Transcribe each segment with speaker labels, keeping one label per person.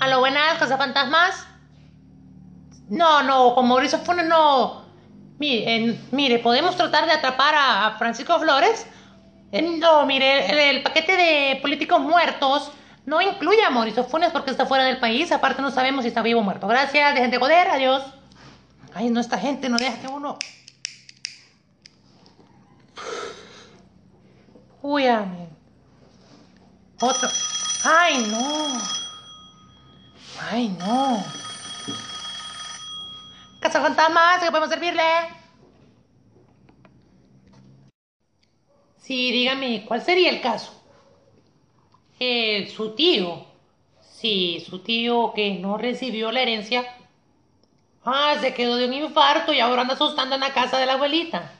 Speaker 1: A lo buenas, cazafantasmas. No, no, con Mauricio Funes no. Mire, eh, mire, podemos tratar de atrapar a, a Francisco Flores. Eh, no, mire, el, el paquete de políticos muertos no incluye a Mauricio Funes porque está fuera del país. Aparte, no sabemos si está vivo o muerto. Gracias, dejen de joder, adiós. Ay, no, esta gente no deja que uno. Uy, amén. Otro. Ay, no. Ay, no. Cazafantasmas, ¿qué podemos servirle? Sí, dígame, ¿cuál sería el caso? Eh, su tío. Sí, su tío que no recibió la herencia. Ah, se quedó de un infarto y ahora anda asustando en la casa de la abuelita.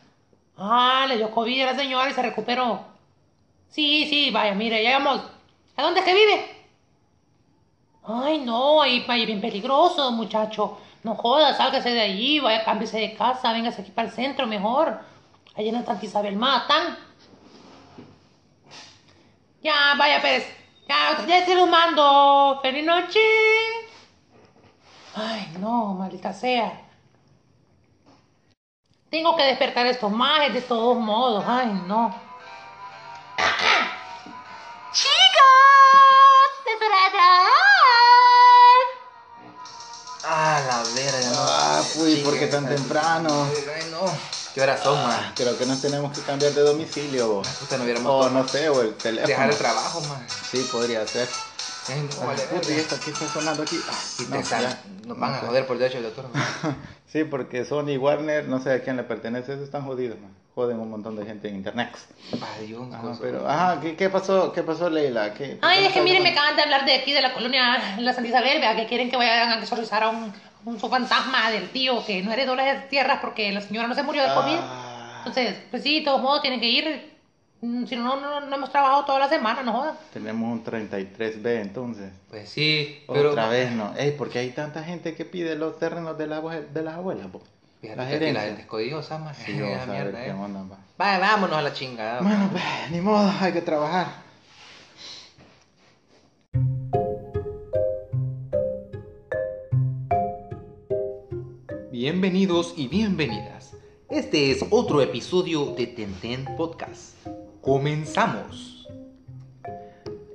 Speaker 1: Ah, le dio COVID a la señora y se recuperó. Sí, sí, vaya, mire, llegamos. ¿A dónde es que vive? Ay, no, ahí, ahí bien peligroso, muchacho. No joda, sálgase de allí, vaya, cámbiese de casa, véngase aquí para el centro mejor. Allí no están que Isabel matan. Ya, vaya, Pérez. Ya, ya se los mando. ¡Feliz noche! Ay, no, maldita sea. Tengo que despertar a estos majes de todos modos. Ay, no.
Speaker 2: ¡Chicos! ¡Despertar!
Speaker 3: Ah, la verga, no.
Speaker 4: Ah, fui,
Speaker 3: Sí,
Speaker 4: porque tan
Speaker 3: ay,
Speaker 4: temprano.
Speaker 3: Ay, no. ¿Qué horas son, man?
Speaker 4: Creo que nos tenemos que cambiar de domicilio. bo.
Speaker 3: Puta, no hubiéramos
Speaker 4: O
Speaker 3: podido
Speaker 4: Oh, no sé, o el teléfono.
Speaker 3: dejar el trabajo, man.
Speaker 4: Sí, podría ser.
Speaker 3: Ay, no, vale,
Speaker 4: Puta, ¿y
Speaker 3: verga.
Speaker 4: esto qué está sonando aquí? Ah,
Speaker 3: Y
Speaker 4: no,
Speaker 3: te sal-
Speaker 4: ya.
Speaker 3: Nos van a joder por derecho de autor, man.
Speaker 4: Sí, porque Sony y Warner, no sé a quién le pertenece, esos están jodidos, man. Joden un montón de gente en internet.
Speaker 3: Adiós,
Speaker 4: Ajá,
Speaker 3: cosa.
Speaker 4: Ah, pero, ajá, ¿qué, qué pasó? ¿Qué pasó, Leila? ¿Qué,
Speaker 1: Ay, es que miren, me acaban de hablar de aquí, de la colonia La Santa Isabel, vea, que quieren que vayan a exorcizar a un, un su fantasma del tío que no heredó las tierras porque la señora no se murió de COVID.
Speaker 4: Ah,
Speaker 1: Entonces, pues sí, de todos modos tienen que ir. Mm, Si no, no, no hemos trabajado toda la semana, no jodas.
Speaker 4: Tenemos un 33B entonces.
Speaker 3: Pues sí, pero.
Speaker 4: Otra vez no. Ey, ¿por qué hay tanta gente que pide los terrenos de, la, abue- de las abuelas, bo?
Speaker 3: Fíjate
Speaker 4: Las
Speaker 3: que aquí la gente
Speaker 4: herencias.
Speaker 3: es codiosa, man.
Speaker 4: Sí,
Speaker 3: Esa
Speaker 4: vamos a ver
Speaker 3: mierda,
Speaker 4: qué
Speaker 3: eh.
Speaker 4: onda, va.
Speaker 3: Vaya, vámonos a la chingada. man.
Speaker 4: Bueno, pues, ni modo, hay que trabajar. pues,
Speaker 3: Bienvenidos y bienvenidas. Este es otro episodio de Tenten Podcast. Comenzamos.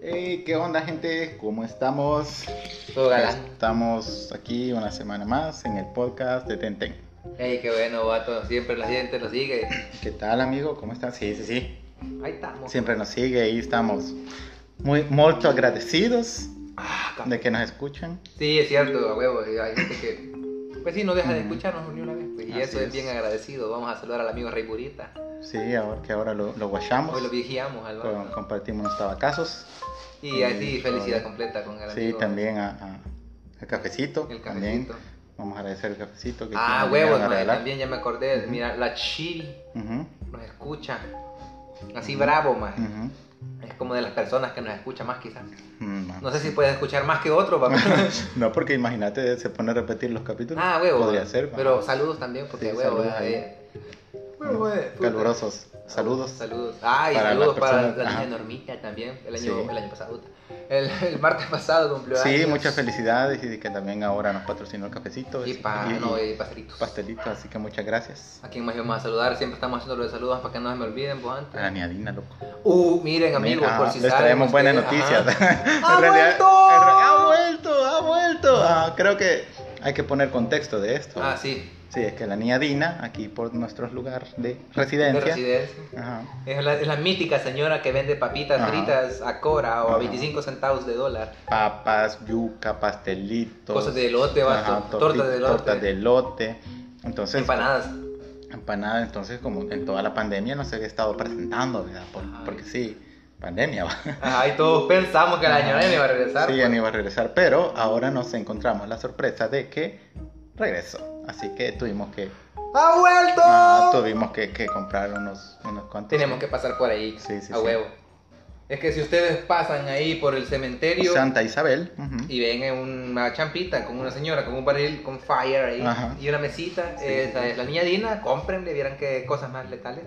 Speaker 4: Hey, ¿qué onda, gente? ¿Cómo estamos?
Speaker 3: Todo galán.
Speaker 4: Estamos aquí una semana más en el podcast de Tenten.
Speaker 3: Ey, qué bueno, vato. Siempre la gente lo sigue.
Speaker 4: ¿Qué tal, amigo? ¿Cómo estás? Sí, sí, sí.
Speaker 3: Ahí estamos.
Speaker 4: Siempre nos sigue ahí estamos muy, muy agradecidos
Speaker 3: Ah, cabrón.
Speaker 4: de que nos escuchan.
Speaker 3: Sí, es cierto, a huevo. eh, Hay gente que. Pues sí, no deja de
Speaker 4: Ujú.
Speaker 3: escucharnos ni una vez. pues, y
Speaker 4: Así
Speaker 3: eso es
Speaker 4: es.
Speaker 3: bien agradecido. Vamos a saludar al amigo Rey Burita.
Speaker 4: Sí, ahora que ahora lo, lo
Speaker 3: Hoy
Speaker 4: guachamos.
Speaker 3: lo vigiamos al
Speaker 4: con-
Speaker 3: vato.
Speaker 4: compartimos unos tabacazos.
Speaker 3: Y así,
Speaker 4: y-
Speaker 3: felicidad completa con el
Speaker 4: Sí,
Speaker 3: amigo. ¿eh?
Speaker 4: también a, a- al cafecito.
Speaker 3: El
Speaker 4: también.
Speaker 3: cafecito.
Speaker 4: Vamos a agradecer el cafecito. Que
Speaker 3: Ah, huevos,
Speaker 4: nos vinieron a
Speaker 3: mae,
Speaker 4: regalar.
Speaker 3: También ya me acordé.
Speaker 4: Ujú.
Speaker 3: Mira, la Chiri
Speaker 4: Ujú,
Speaker 3: nos escucha. Así bravo, más.
Speaker 4: ujú.
Speaker 3: Es como de las personas que nos escucha más, quizás.
Speaker 4: Mm,
Speaker 3: No sé si puedes escuchar más que otro, papá.
Speaker 4: No, porque imagínate, se pone a repetir los capítulos.
Speaker 3: ah, huevo.
Speaker 4: Podría ser. va.
Speaker 3: Pero saludos también, porque
Speaker 4: Sí,
Speaker 3: huevo,
Speaker 4: saludos ahí.
Speaker 3: eh. Huevo, eh, puta.
Speaker 4: Calurosos. Saludos.
Speaker 3: Saludos. Ah, y
Speaker 4: Para
Speaker 3: saludos
Speaker 4: las
Speaker 3: para
Speaker 4: personas,
Speaker 3: la niña
Speaker 4: ajá.
Speaker 3: Normita también. El año,
Speaker 4: Sí.
Speaker 3: el año pasado. puta. El, el martes pasado cumplió
Speaker 4: Sí,
Speaker 3: años.
Speaker 4: muchas felicidades y que también ahora nos patrocinó el cafecito.
Speaker 3: Y, pa,
Speaker 4: y-
Speaker 3: no, eh.
Speaker 4: y
Speaker 3: y pastelitos.
Speaker 4: pastelitos, así que muchas gracias.
Speaker 3: ¿A quién más íbamos a saludar? Siempre estamos haciendo los saludos para que no se me olviden, pues antes.
Speaker 4: A la niadina, loco.
Speaker 3: Uh, miren, amigos,
Speaker 4: Mira,
Speaker 3: por si
Speaker 4: les
Speaker 3: saben
Speaker 4: traemos buenas
Speaker 3: ustedes,
Speaker 4: noticias.
Speaker 3: ajá.
Speaker 4: En
Speaker 3: ¡Ha
Speaker 4: realidad-
Speaker 3: vuelto!
Speaker 4: en re- ¡Ha vuelto! ¡Ha vuelto! Ah, creo que hay que poner contexto de esto.
Speaker 3: Ah, sí.
Speaker 4: Sí, es que la niadina, aquí por nuestro lugar de
Speaker 3: De
Speaker 4: residencia.
Speaker 3: residencia.
Speaker 4: Ajá.
Speaker 3: Es la, es la mítica señora que vende papitas
Speaker 4: Ajá.
Speaker 3: fritas a Cora o a
Speaker 4: Ajá.
Speaker 3: 25 centavos de dólar.
Speaker 4: papas, yuca, pastelitos.
Speaker 3: Cosas de elote, vato.
Speaker 4: Ajá,
Speaker 3: tortas de
Speaker 4: torti-
Speaker 3: elote.
Speaker 4: tortas de elote. Entonces,
Speaker 3: Empanadas.
Speaker 4: empanada, entonces como en toda la pandemia nos he estado presentando, ¿verdad? Por-
Speaker 3: Ajá.
Speaker 4: porque sí, pandemia. ¿va?
Speaker 3: Ajá, y todos pensamos que la señora me iba a regresar.
Speaker 4: Sí,
Speaker 3: pues.
Speaker 4: ya no iba a regresar, pero ahora nos encontramos la sorpresa de que regresó. Así que tuvimos que,
Speaker 3: ¡Ha vuelto!
Speaker 4: ah, tuvimos que, que comprar unos, unos cuantos.
Speaker 3: Tenemos que pasar por ahí.
Speaker 4: Sí, sí,
Speaker 3: a
Speaker 4: sí.
Speaker 3: huevo. Es que si ustedes pasan ahí por el cementerio
Speaker 4: Santa Isabel. ujú.
Speaker 3: y ven en una champita con una señora, con un barril, con fire ahí
Speaker 4: Ajá.
Speaker 3: y una mesita,
Speaker 4: Sí,
Speaker 3: esa
Speaker 4: sí, sí.
Speaker 3: es la niña Dina, cómprenle, vieran qué cosas más letales.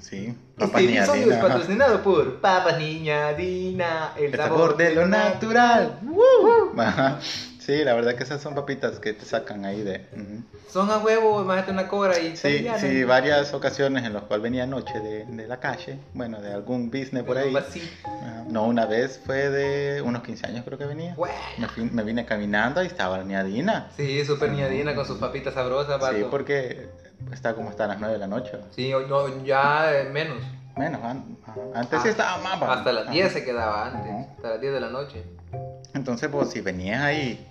Speaker 4: Sí,
Speaker 3: Este
Speaker 4: papas ni
Speaker 3: episodio es
Speaker 4: harina.
Speaker 3: patrocinado por Papas Niña Dina, el,
Speaker 4: El sabor de lo natural. Ajá. Sí, la verdad que esas son papitas que te sacan ahí de... ujú.
Speaker 3: Son a huevo, imagínate una cobra y
Speaker 4: Sí, sí, varias ocasiones en las cuales venía noche de, de la calle, bueno, de algún business por ahí.
Speaker 3: Así.
Speaker 4: Ajá. No, una vez fue de unos 15 años creo que venía.
Speaker 3: Bueno.
Speaker 4: Me, fui- me vine caminando y estaba la niñadina.
Speaker 3: Sí, super Niña Dina con sus papitas sabrosas,
Speaker 4: Sí,
Speaker 3: vato.
Speaker 4: porque está como hasta las 9 de la noche.
Speaker 3: Sí, o- no, ya eh, menos.
Speaker 4: Menos, an- ajá. antes sí
Speaker 3: Ah,
Speaker 4: estaba más. va.
Speaker 3: Hasta las
Speaker 4: Ajá.
Speaker 3: 10 se quedaba antes,
Speaker 4: Ajá.
Speaker 3: hasta las 10 de la noche.
Speaker 4: Entonces, pues, si venías ahí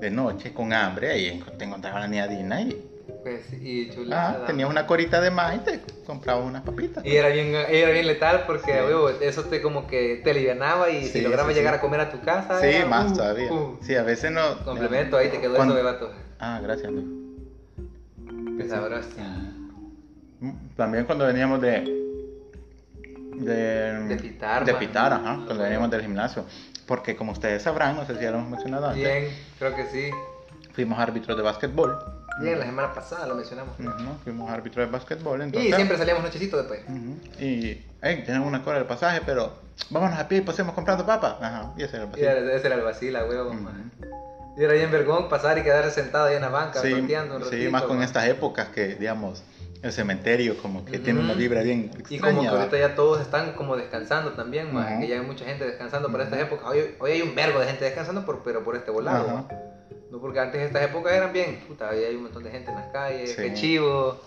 Speaker 4: de noche con hambre, ahí en- te encontraba la niñadina y
Speaker 3: Pues, y
Speaker 4: ah,
Speaker 3: chulada.
Speaker 4: tenías una corita de más y te comprabas unas papitas.
Speaker 3: Y era bien, era bien letal porque
Speaker 4: Sí.
Speaker 3: huevo, eso te como que te alivianaba y si
Speaker 4: Sí,
Speaker 3: lograbas
Speaker 4: sí, sí.
Speaker 3: llegar a comer a tu casa.
Speaker 4: Sí,
Speaker 3: era,
Speaker 4: más
Speaker 3: uh,
Speaker 4: todavía.
Speaker 3: uh.
Speaker 4: Sí, a veces no.
Speaker 3: Complemento, ahí te quedó
Speaker 4: Cuando-
Speaker 3: eso, bebato.
Speaker 4: Ah, gracias, amigo.
Speaker 3: Qué
Speaker 4: Pues
Speaker 3: sabroso.
Speaker 4: Mm, También cuando veníamos de. De,
Speaker 3: De pitar,
Speaker 4: De
Speaker 3: man.
Speaker 4: pitar, ajá. Cuando veníamos del gimnasio. Porque como ustedes sabrán, no sé si ya lo hemos mencionado antes,
Speaker 3: Bien, creo que sí.
Speaker 4: fuimos árbitros de básquetbol.
Speaker 3: Bien, la semana pasada lo mencionamos.
Speaker 4: Ujú, Fuimos árbitros de básquetbol, entonces.
Speaker 3: Y siempre salíamos nochecito después.
Speaker 4: Ujú, Y, hey, tenemos una cola del pasaje, pero vámonos a pie y pasemos comprando papas. Ajá, y ese era el
Speaker 3: Y
Speaker 4: pasaje.
Speaker 3: era, ese era el vacila, huevo.
Speaker 4: Ujú.
Speaker 3: man. Y era bien vergón pasar y quedarse sentado ahí en la banca,
Speaker 4: Mm. Sí,
Speaker 3: roteando un
Speaker 4: sí,
Speaker 3: ratito,
Speaker 4: más con
Speaker 3: man.
Speaker 4: estas épocas que, digamos, el cementerio como que tiene
Speaker 3: Ujú.
Speaker 4: una vibra bien
Speaker 3: Y
Speaker 4: extraña.
Speaker 3: como que
Speaker 4: ¿va?
Speaker 3: ahorita ya todos están como descansando también, man,
Speaker 4: ¿eh? Ajá.
Speaker 3: que ya hay mucha gente descansando por
Speaker 4: Ujú.
Speaker 3: estas épocas. Hoy, hoy hay un vergo de gente descansando, por, pero por este volado.
Speaker 4: Ajá.
Speaker 3: man. No, porque antes estas épocas eran bien, puta, ahí hay un montón de gente en las calles,
Speaker 4: Sí.
Speaker 3: qué chivo.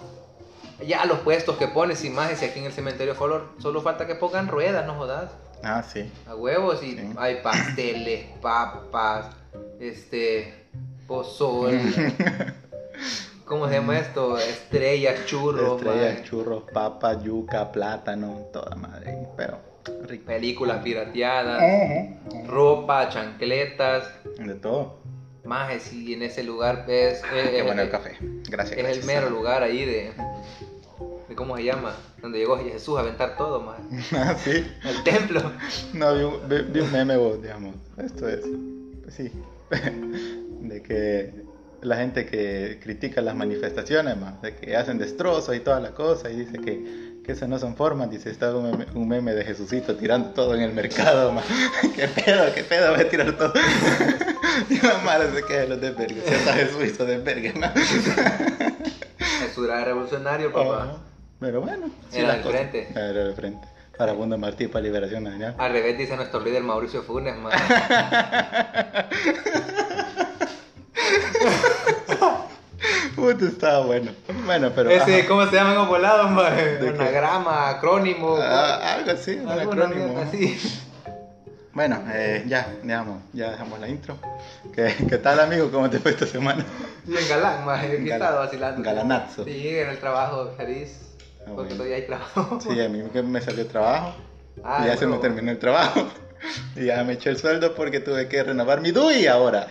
Speaker 3: Ya los puestos que pones, imágenes, y aquí en el cementerio solo, solo falta que pongan ruedas, no jodas,
Speaker 4: Ah, sí.
Speaker 3: a huevos, y
Speaker 4: Sí.
Speaker 3: hay pasteles, papas, este, pozol, ¿cómo se llama esto? Estrellas, churros,
Speaker 4: Estrellas,
Speaker 3: man.
Speaker 4: churros, papa, yuca, plátano, toda madre. ahí, Pero rico.
Speaker 3: películas
Speaker 4: Eh,
Speaker 3: pirateadas,
Speaker 4: Ajá.
Speaker 3: ropa, chancletas,
Speaker 4: De todo.
Speaker 3: majes, y en ese lugar es... eh,
Speaker 4: Ah, Qué
Speaker 3: eh,
Speaker 4: bueno el
Speaker 3: eh,
Speaker 4: café. Gracias.
Speaker 3: Es el
Speaker 4: gracias.
Speaker 3: mero lugar ahí de, de ¿cómo se llama? Donde llegó Jesús a aventar todo, más
Speaker 4: Ah, sí.
Speaker 3: al templo.
Speaker 4: No, vi un, vi- vi un meme, vos, digamos. Esto es. Sí. De que la gente que critica las manifestaciones, más, de que hacen destrozos y toda la cosa, y dice que, que esas no son formas, dice, está un meme, un meme de Jesucito tirando todo en el mercado, más. ¿Qué pedo, qué pedo, va a tirar todo? Y la madre se queja de los desvergues, ya está Jesús hizo desvergue, más.
Speaker 3: Jesús era revolucionario,
Speaker 4: Ajá.
Speaker 3: papá.
Speaker 4: Oh, Pero bueno,
Speaker 3: Era
Speaker 4: las
Speaker 3: de
Speaker 4: cosas-
Speaker 3: frente.
Speaker 4: Era de frente. Para Bunda Martí, para Liberación Nacional.
Speaker 3: Al revés dice nuestro líder Mauricio Funes, más
Speaker 4: Puta, estaba bueno. Bueno, pero.
Speaker 3: Ese,
Speaker 4: ajá.
Speaker 3: ¿cómo se llaman los volados, más
Speaker 4: qué?
Speaker 3: Anagrama, acrónimo,
Speaker 4: Ah, algo así, un
Speaker 3: alguna
Speaker 4: acrónimo.
Speaker 3: mierda así.
Speaker 4: Bueno, eh, ya, digamos, ya dejamos la intro. ¿Qué, qué tal, amigo? ¿Cómo te fue esta semana?
Speaker 3: Bien galán, más Aquí he
Speaker 4: Gal-
Speaker 3: estado vacilando.
Speaker 4: galanazo.
Speaker 3: Sí, en el trabajo, feliz.
Speaker 4: Ah,
Speaker 3: Porque
Speaker 4: bueno.
Speaker 3: todavía hay trabajo.
Speaker 4: Sí, a mí que me salió trabajo.
Speaker 3: Ah,
Speaker 4: y ya se me
Speaker 3: huevo.
Speaker 4: terminó el trabajo. Y ya me echó el sueldo porque tuve que renovar mi DUI ahora.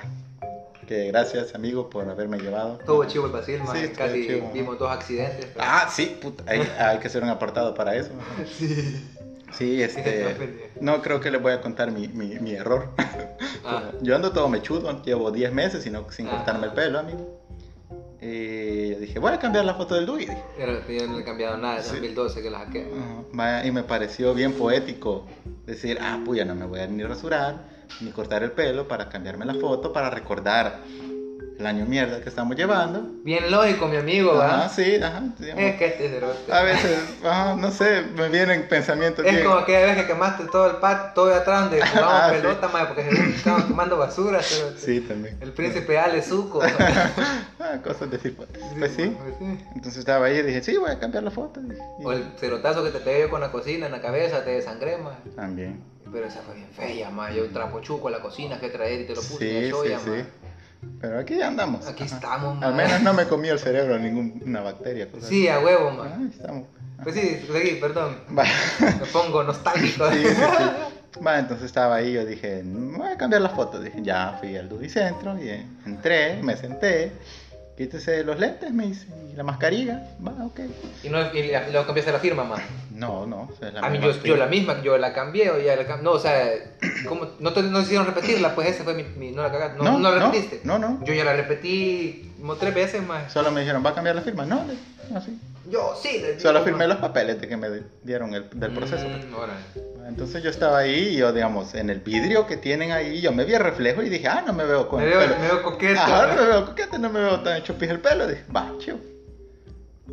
Speaker 4: Que gracias, amigo, por haberme llevado.
Speaker 3: Estuvo chivo el vacil, más
Speaker 4: Sí, estuvo
Speaker 3: Casi
Speaker 4: chivo, ajá.
Speaker 3: vimos dos accidentes. pero-
Speaker 4: Ah, sí, puta, hay, hay que hacer un apartado para eso.
Speaker 3: Sí.
Speaker 4: Sí,
Speaker 3: No,
Speaker 4: este.
Speaker 3: pendejo.
Speaker 4: No creo que les voy a contar mi, mi, mi error.
Speaker 3: Ah.
Speaker 4: Yo ando todo mechudo, llevo 10 meses y no- sin
Speaker 3: Ajá.
Speaker 4: cortarme el pelo, amigo. Y dije, voy a cambiar la foto del Dewey. dije.
Speaker 3: Pero yo no le he cambiado nada desde
Speaker 4: Sí.
Speaker 3: 2012 que la saqué.
Speaker 4: Ajá. Vaya, Y me pareció bien poético decir, ah, pues ya no me voy a ni rasurar, ni cortar el pelo para cambiarme la foto, para recordar el año mierda que estamos llevando.
Speaker 3: Bien lógico, mi amigo,
Speaker 4: Ajá,
Speaker 3: ¿verdad?
Speaker 4: sí, ajá. digamos.
Speaker 3: Es que este cerote.
Speaker 4: A veces, ajá, no sé, me vienen pensamientos
Speaker 3: Es
Speaker 4: bien-
Speaker 3: como aquella vez que quemaste todo el patio, todo atrás donde jugábamos
Speaker 4: Ah, sí.
Speaker 3: pelota, madre, porque se estaban quemando basura, cerote.
Speaker 4: Sí, también.
Speaker 3: El príncipe Ale Zuko.
Speaker 4: Ah, cosas de ese tipo. Pues sí. Entonces estaba ahí y dije, sí, voy a cambiar la foto. dije. Y-
Speaker 3: O el cerotazo que te pegué con la cocina en la cabeza, te desangré, ma.
Speaker 4: También.
Speaker 3: Pero esa fue bien fea, ma. Yo un trapo chuco a la cocina que traer y te lo puse
Speaker 4: Sí,
Speaker 3: en
Speaker 4: sí,
Speaker 3: la choya,
Speaker 4: sí.
Speaker 3: ma.
Speaker 4: Pero aquí andamos.
Speaker 3: Aquí
Speaker 4: Ajá.
Speaker 3: estamos, ma.
Speaker 4: Al menos no me comió el cerebro ninguna bacteria. cosa
Speaker 3: Sí, a huevo,
Speaker 4: así.
Speaker 3: ma.
Speaker 4: Ahí estamos.
Speaker 3: Pues sí, seguí, perdón.
Speaker 4: Va.
Speaker 3: Me pongo nostálgico.
Speaker 4: Sí, sí, sí. Va, entonces estaba ahí, yo dije, "Mm, voy a cambiar las fotos. Dije, ya fui al Dudicentro y eh, entré, me senté, quítese los lentes, me dice, y la mascarilla. Va, ok.
Speaker 3: Y, no, y la- luego cambiaste la firma, ma.
Speaker 4: No, no, es la
Speaker 3: A mí
Speaker 4: misma
Speaker 3: yo, yo
Speaker 4: fila.
Speaker 3: la misma, yo la cambié o ya la cambié. No, o sea, ¿cómo? No, te, no hicieron repetirla, pues esa fue mi. mi- no la cagaste. No, no, la repetiste.
Speaker 4: No, no.
Speaker 3: Yo ya la repetí como tres veces más.
Speaker 4: Solo me dijeron, ¿va a cambiar la firma? No, le- así.
Speaker 3: Yo sí les digo,
Speaker 4: Solo firmé
Speaker 3: ma.
Speaker 4: los papeles de que me dieron el- del proceso. pues.
Speaker 3: Mm, órale.
Speaker 4: Entonces yo estaba ahí y yo, digamos, en el vidrio que tienen ahí, yo me vi el reflejo y dije, ah, no me veo con
Speaker 3: Me
Speaker 4: el
Speaker 3: veo,
Speaker 4: pelo.
Speaker 3: me veo coqueto.
Speaker 4: Ajá, no me veo coquete, no me veo tan hecho pis el pelo. Dije, va, chivo.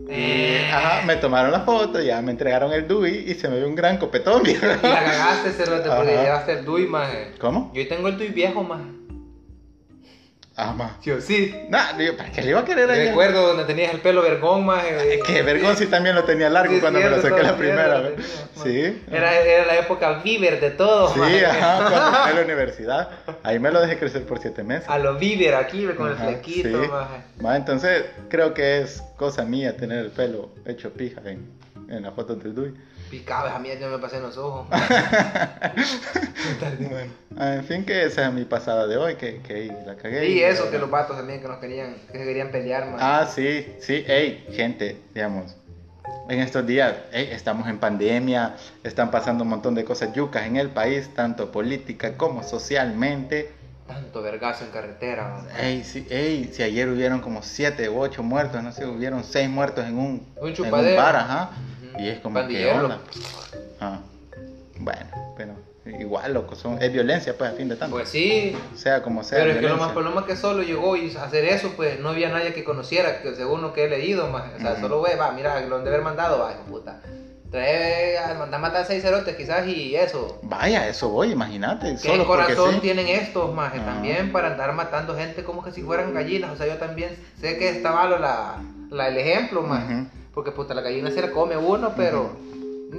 Speaker 3: Eh,
Speaker 4: Ajá, me tomaron la foto, ya me entregaron el DUI y se me vio un gran copetón, viejo.
Speaker 3: Y la cagaste, pues, cerote, porque
Speaker 4: Ajá.
Speaker 3: llevaste el DUI, maje.
Speaker 4: ¿Cómo?
Speaker 3: Yo tengo el DUI viejo, maje.
Speaker 4: Ah, ma.
Speaker 3: Sí o sí.
Speaker 4: Nah, digo, ¿para qué le iba a querer ahí?
Speaker 3: Recuerdo donde tenías el pelo vergón, maje.
Speaker 4: Que vergón si también lo tenía largo
Speaker 3: Sí,
Speaker 4: cuando me lo
Speaker 3: cierto,
Speaker 4: saqué la
Speaker 3: todo
Speaker 4: primera
Speaker 3: mierda,
Speaker 4: vez.
Speaker 3: tenía, Oh,
Speaker 4: Sí.
Speaker 3: Era, era la época Bieber de todo,
Speaker 4: Sí,
Speaker 3: maje.
Speaker 4: ajá, cuando fui a la universidad. Ahí me lo dejé crecer por siete meses.
Speaker 3: A los Bieber aquí, con el
Speaker 4: Ajá,
Speaker 3: flequito,
Speaker 4: sí.
Speaker 3: maje.
Speaker 4: Ma, entonces creo que es cosa mía tener el pelo hecho pija en, en la foto del DUI.
Speaker 3: Picaba esa mierda, me pasé en los ojos.
Speaker 4: Bueno, ah, en fin, que esa es mi pasada de hoy, que, que ahí la cagué.
Speaker 3: y eso, que
Speaker 4: bueno.
Speaker 3: los vatos también que nos querían, que se querían pelear, maje.
Speaker 4: Ah, sí, sí, hey, gente, digamos, en estos días, ey, estamos en pandemia, están pasando un montón de cosas yucas en el país, tanto política como socialmente.
Speaker 3: Tanto vergazo en carretera, maje.
Speaker 4: Ey, sí, ey, si ayer hubieron como siete u ocho muertos, no sé, hubieron seis muertos en un,
Speaker 3: Un
Speaker 4: en
Speaker 3: chupadero.
Speaker 4: bar, ajá,
Speaker 3: Ujú.
Speaker 4: y es como que
Speaker 3: Pandillero,
Speaker 4: onda. Ah, bueno, pero igual, loco, son, es violencia, pues, a fin de tanto.
Speaker 3: Pues sí,
Speaker 4: sea como sea.
Speaker 3: pero es que lo
Speaker 4: violencia.
Speaker 3: más problema es que solo llegó y hacer eso, pues no había nadie que conociera, que según lo que he leído, más. O sea,
Speaker 4: Ujú.
Speaker 3: solo güey, va, mira, lo han de haber mandado, va, hijo de puta. Trae, ah, manda a matar seis cerotes quizás y eso.
Speaker 4: Vaya, eso voy, imagínate.
Speaker 3: ¿Qué
Speaker 4: Solo porque
Speaker 3: corazón
Speaker 4: sí. Ah.
Speaker 3: tienen estos, maje?
Speaker 4: Ajá.
Speaker 3: También para andar matando gente como que si fueran gallinas. O sea, yo también sé que está malo la, la- el ejemplo, maje.
Speaker 4: Ujú.
Speaker 3: Porque puta, la gallina se la come uno, pero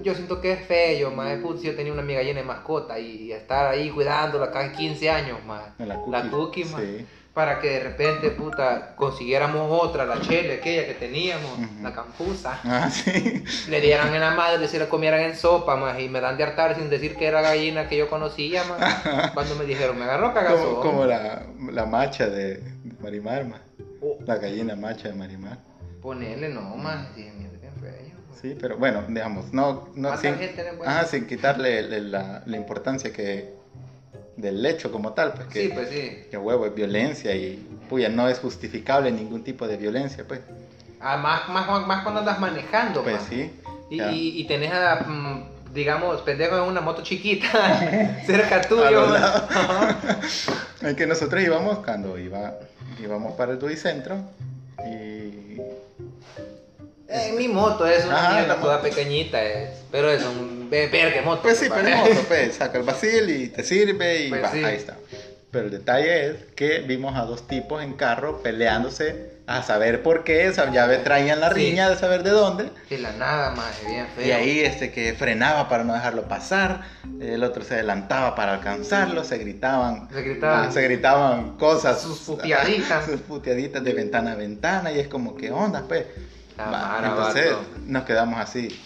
Speaker 3: yo siento que es feo, maje. Puta, si yo tenía una amiga llena de mascota y, y estar ahí cuidándola cada 15 años, maje.
Speaker 4: La cookie.
Speaker 3: maje.
Speaker 4: Sí.
Speaker 3: Para que de repente, puta, consiguiéramos otra, la chele, aquella que teníamos,
Speaker 4: Ujú.
Speaker 3: la campusa.
Speaker 4: Ah, sí.
Speaker 3: Le dieran en la madre, se la comieran en sopa, más y me dan de hartar sin decir que era gallina que yo conocía, más. Cuando me dijeron, me agarró cagazón.
Speaker 4: Como, como la, la macha de, de Marimar, ma.
Speaker 3: Oh,
Speaker 4: la gallina macha de Marimar.
Speaker 3: ponele, no, más. Dije, mierda, qué feo. ma.
Speaker 4: Sí, pero bueno, digamos, no, no
Speaker 3: Matar
Speaker 4: sin,
Speaker 3: gente no es bueno.
Speaker 4: ah, sin quitarle le- la, la importancia que del hecho como tal, pues que,
Speaker 3: Sí, pues sí.
Speaker 4: que huevo es violencia y puya, no es justificable ningún tipo de violencia, pues.
Speaker 3: Ah, más, más, más cuando andas manejando,
Speaker 4: Pues
Speaker 3: ma.
Speaker 4: sí.
Speaker 3: Y,
Speaker 4: ya.
Speaker 3: y, y tenés a, mm, digamos, pendejo en una moto chiquita cerca tuyo.
Speaker 4: los
Speaker 3: ma.
Speaker 4: lados. Es que nosotros íbamos cuando iba, íbamos para el Duicentro y
Speaker 3: Eh, mi moto es una
Speaker 4: Ajá,
Speaker 3: mierda
Speaker 4: la
Speaker 3: toda
Speaker 4: moto.
Speaker 3: pequeñita, es, pero es un ve- verga moto.
Speaker 4: pues sí,
Speaker 3: ma.
Speaker 4: pero es moto, pues, saca el basil y te sirve y
Speaker 3: Pues
Speaker 4: va,
Speaker 3: sí.
Speaker 4: ahí está. Pero el detalle es que vimos a dos tipos en carro peleándose a saber por qué, esa- ya ve- traían la
Speaker 3: Sí.
Speaker 4: riña de saber de dónde.
Speaker 3: De la nada, más, bien feo.
Speaker 4: Y ahí este que frenaba para no dejarlo pasar, el otro se adelantaba para alcanzarlo, se gritaban,
Speaker 3: Se gritaban.
Speaker 4: se gritaban cosas,
Speaker 3: Sus puteaditas.
Speaker 4: sus puteaditas de ventana a ventana y es como que onda, pues.
Speaker 3: La
Speaker 4: Va,
Speaker 3: mara,
Speaker 4: entonces
Speaker 3: vato.
Speaker 4: nos quedamos así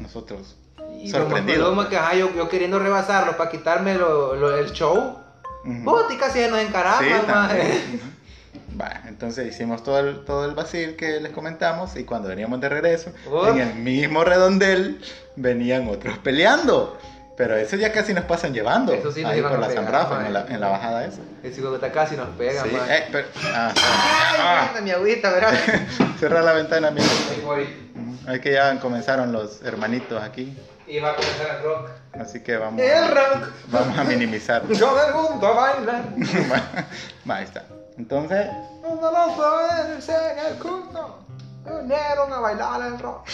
Speaker 4: nosotros
Speaker 3: Y
Speaker 4: sorprendidos.
Speaker 3: Lo más que ajá, yo, yo queriendo rebasarlo para quitarme lo, lo- el show.
Speaker 4: Ujú.
Speaker 3: Puta, y casi nos encaramos,
Speaker 4: Sí,
Speaker 3: maje.
Speaker 4: también. Ujú. Va, entonces hicimos todo el, todo el vacil que les comentamos y cuando veníamos de regreso,
Speaker 3: Uf.
Speaker 4: en el mismo redondel venían otros peleando. Pero eso ya casi nos pasan llevando.
Speaker 3: Eso sí nos
Speaker 4: ahí
Speaker 3: iban
Speaker 4: por
Speaker 3: a
Speaker 4: la
Speaker 3: pegar,
Speaker 4: Zambrafa,
Speaker 3: mae.
Speaker 4: en la, en la bajada esa.
Speaker 3: El psicópata casi nos pega,
Speaker 4: Sí,
Speaker 3: maje.
Speaker 4: eh, pero- ah,
Speaker 3: Ay,
Speaker 4: ah,
Speaker 3: mierda, mi agüita, ¿verdad?
Speaker 4: ah. Cerra la ventana, amigo.
Speaker 3: Ahí voy.
Speaker 4: Ujú. Es que ya comenzaron los hermanitos aquí.
Speaker 3: Y va a comenzar el rock.
Speaker 4: Así que vamos,
Speaker 3: El
Speaker 4: a,
Speaker 3: rock.
Speaker 4: vamos a minimizar.
Speaker 3: Todo el mundo a bailar.
Speaker 4: Va, ahí está. Entonces,
Speaker 3: Todo los jóvenes en el culto. Vinieron a bailar el rock.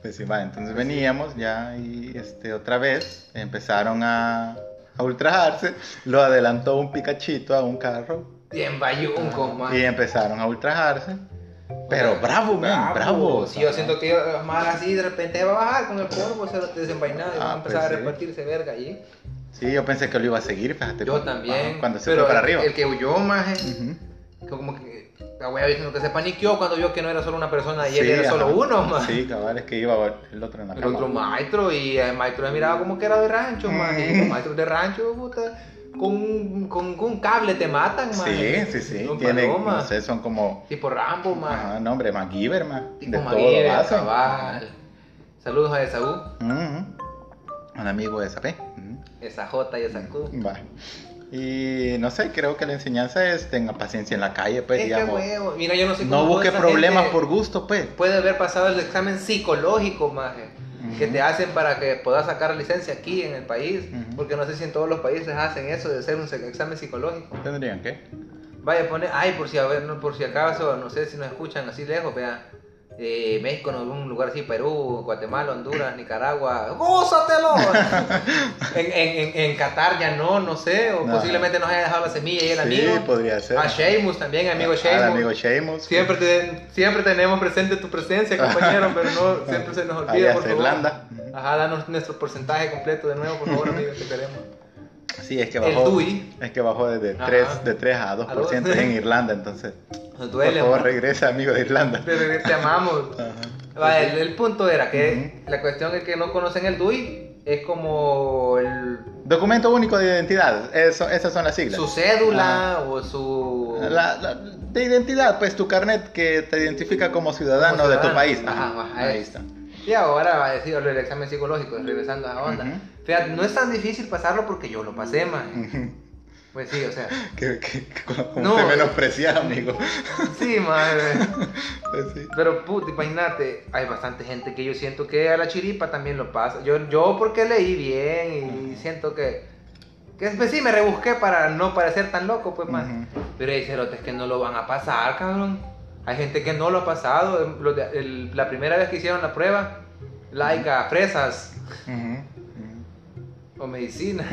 Speaker 4: Pues sí, va, entonces veníamos ya y este, otra vez empezaron a, a ultrajarse. Lo adelantó un picachito a un carro
Speaker 3: Bien bayunco, maje.
Speaker 4: y empezaron a ultrajarse. Pero bravo, man, bravo. o
Speaker 3: Si
Speaker 4: sea,
Speaker 3: yo siento que yo, más así de repente va a bajar con el polvo, se lo desenvainado y va
Speaker 4: Ah,
Speaker 3: a empezar
Speaker 4: pues
Speaker 3: a
Speaker 4: sí.
Speaker 3: repartirse verga ahí.
Speaker 4: Sí, yo pensé que lo iba a seguir, fíjate.
Speaker 3: Yo
Speaker 4: cuando-
Speaker 3: también.
Speaker 4: ah, Cuando se
Speaker 3: Pero
Speaker 4: fue para
Speaker 3: el-
Speaker 4: arriba.
Speaker 3: El que huyó más,
Speaker 4: Ujú.
Speaker 3: como que la wea diciendo que se paniqueó cuando vio que no era solo una persona y él
Speaker 4: Sí,
Speaker 3: era solo
Speaker 4: ajá.
Speaker 3: uno más.
Speaker 4: Sí, cabal, es que iba el otro en la
Speaker 3: El
Speaker 4: cama.
Speaker 3: otro maestro y el maestro le miraba como que era de
Speaker 4: Mm.
Speaker 3: rancho, más.
Speaker 4: Ujú.
Speaker 3: Los maestros de rancho, puta, con, un- con, con un cable te matan, más.
Speaker 4: Sí, sí, sí.
Speaker 3: Son
Speaker 4: Tienen, no
Speaker 3: palomas.
Speaker 4: sé, son como.
Speaker 3: Tipo Rambo, más.
Speaker 4: Ajá, nombre, MacGyver, man.
Speaker 3: Tipo
Speaker 4: de
Speaker 3: Maguire,
Speaker 4: todo hacen.
Speaker 3: cabal. Saludos a Esaú,
Speaker 4: Ujú. Un amigo de esa P. Ujú. Mm,
Speaker 3: esa J y esa Q.
Speaker 4: Va. Y no sé, creo que la enseñanza es tenga paciencia en la calle, pues,
Speaker 3: Es que,
Speaker 4: digamos.
Speaker 3: huevo, mira, yo no sé
Speaker 4: No
Speaker 3: cómo
Speaker 4: busque
Speaker 3: esa
Speaker 4: problemas
Speaker 3: gente
Speaker 4: por gusto, pues.
Speaker 3: Puede haber pasado el examen psicológico, maje, que
Speaker 4: Ujú.
Speaker 3: te hacen para que puedas sacar licencia aquí en el país,
Speaker 4: Ujú.
Speaker 3: porque no sé si en todos los países hacen eso de hacer un se- examen psicológico.
Speaker 4: Tendrían que.
Speaker 3: Vaya, pone, ay, por si, a ver, no, por si acaso, no sé si nos escuchan así lejos, vea. eh, México, en algún lugar así, Perú, Guatemala, Honduras, Nicaragua, ¡gózatelo! en, en, en, en Qatar ya no, no sé, o
Speaker 4: No.
Speaker 3: posiblemente nos haya dejado la semilla y el
Speaker 4: Sí,
Speaker 3: amigo.
Speaker 4: podría ser.
Speaker 3: A Sheamus también, amigo
Speaker 4: Al
Speaker 3: Sheamus.
Speaker 4: amigo Sheamus.
Speaker 3: Siempre, te- siempre tenemos presente tu presencia, compañero, pero no siempre se nos
Speaker 4: Ahí
Speaker 3: olvida.
Speaker 4: hasta
Speaker 3: Por favor.
Speaker 4: Irlanda.
Speaker 3: Ajá, danos nuestro porcentaje completo de nuevo, por favor, amigo, te queremos.
Speaker 4: Sí, es que
Speaker 3: El
Speaker 4: bajó.
Speaker 3: DUI.
Speaker 4: Es que bajó de
Speaker 3: Ajá.
Speaker 4: 3, de 3 a 2%
Speaker 3: A dos.
Speaker 4: en Irlanda, entonces.
Speaker 3: Nos duele.
Speaker 4: Por favor, Ah.
Speaker 3: ¿no?
Speaker 4: regresa, amigo de Irlanda.
Speaker 3: Te- te amamos.
Speaker 4: Ajá.
Speaker 3: Va, el, el punto era que la cuestión es que no conocen el DUI, es como el-
Speaker 4: Documento único de identidad, eso, esas son las siglas. Ah,
Speaker 3: su cédula o su...
Speaker 4: La- la- de identidad, pues tu carnet que te identifica como ciudadano,
Speaker 3: Como
Speaker 4: de
Speaker 3: ciudadano.
Speaker 4: tu país.
Speaker 3: Ajá, ajá,
Speaker 4: ahí
Speaker 3: es.
Speaker 4: está.
Speaker 3: Y ahora va a decir el examen psicológico, regresando a la onda.
Speaker 4: Ujú. Mm.
Speaker 3: Fíjate, no es tan difícil pasarlo porque yo lo pasé, man. Pues sí, o sea,
Speaker 4: Que, que- que como
Speaker 3: No. eh.
Speaker 4: te menosprecia, amigo.
Speaker 3: sí, man.
Speaker 4: Pues sí.
Speaker 3: Pero puta, imagínate, hay bastante gente que yo siento que a la chiripa también lo pasa. Yo, yo porque leí bien y siento que, que pues sí me rebusqué para no parecer tan loco, pues más.
Speaker 4: Ujú.
Speaker 3: Pero hay cerotes que no lo van a pasar, cabrón. Hay gente que no lo ha pasado. Em, Los de- el- la primera vez que hicieron la prueba, like a fresas
Speaker 4: Ujú, ujú.
Speaker 3: o medicina,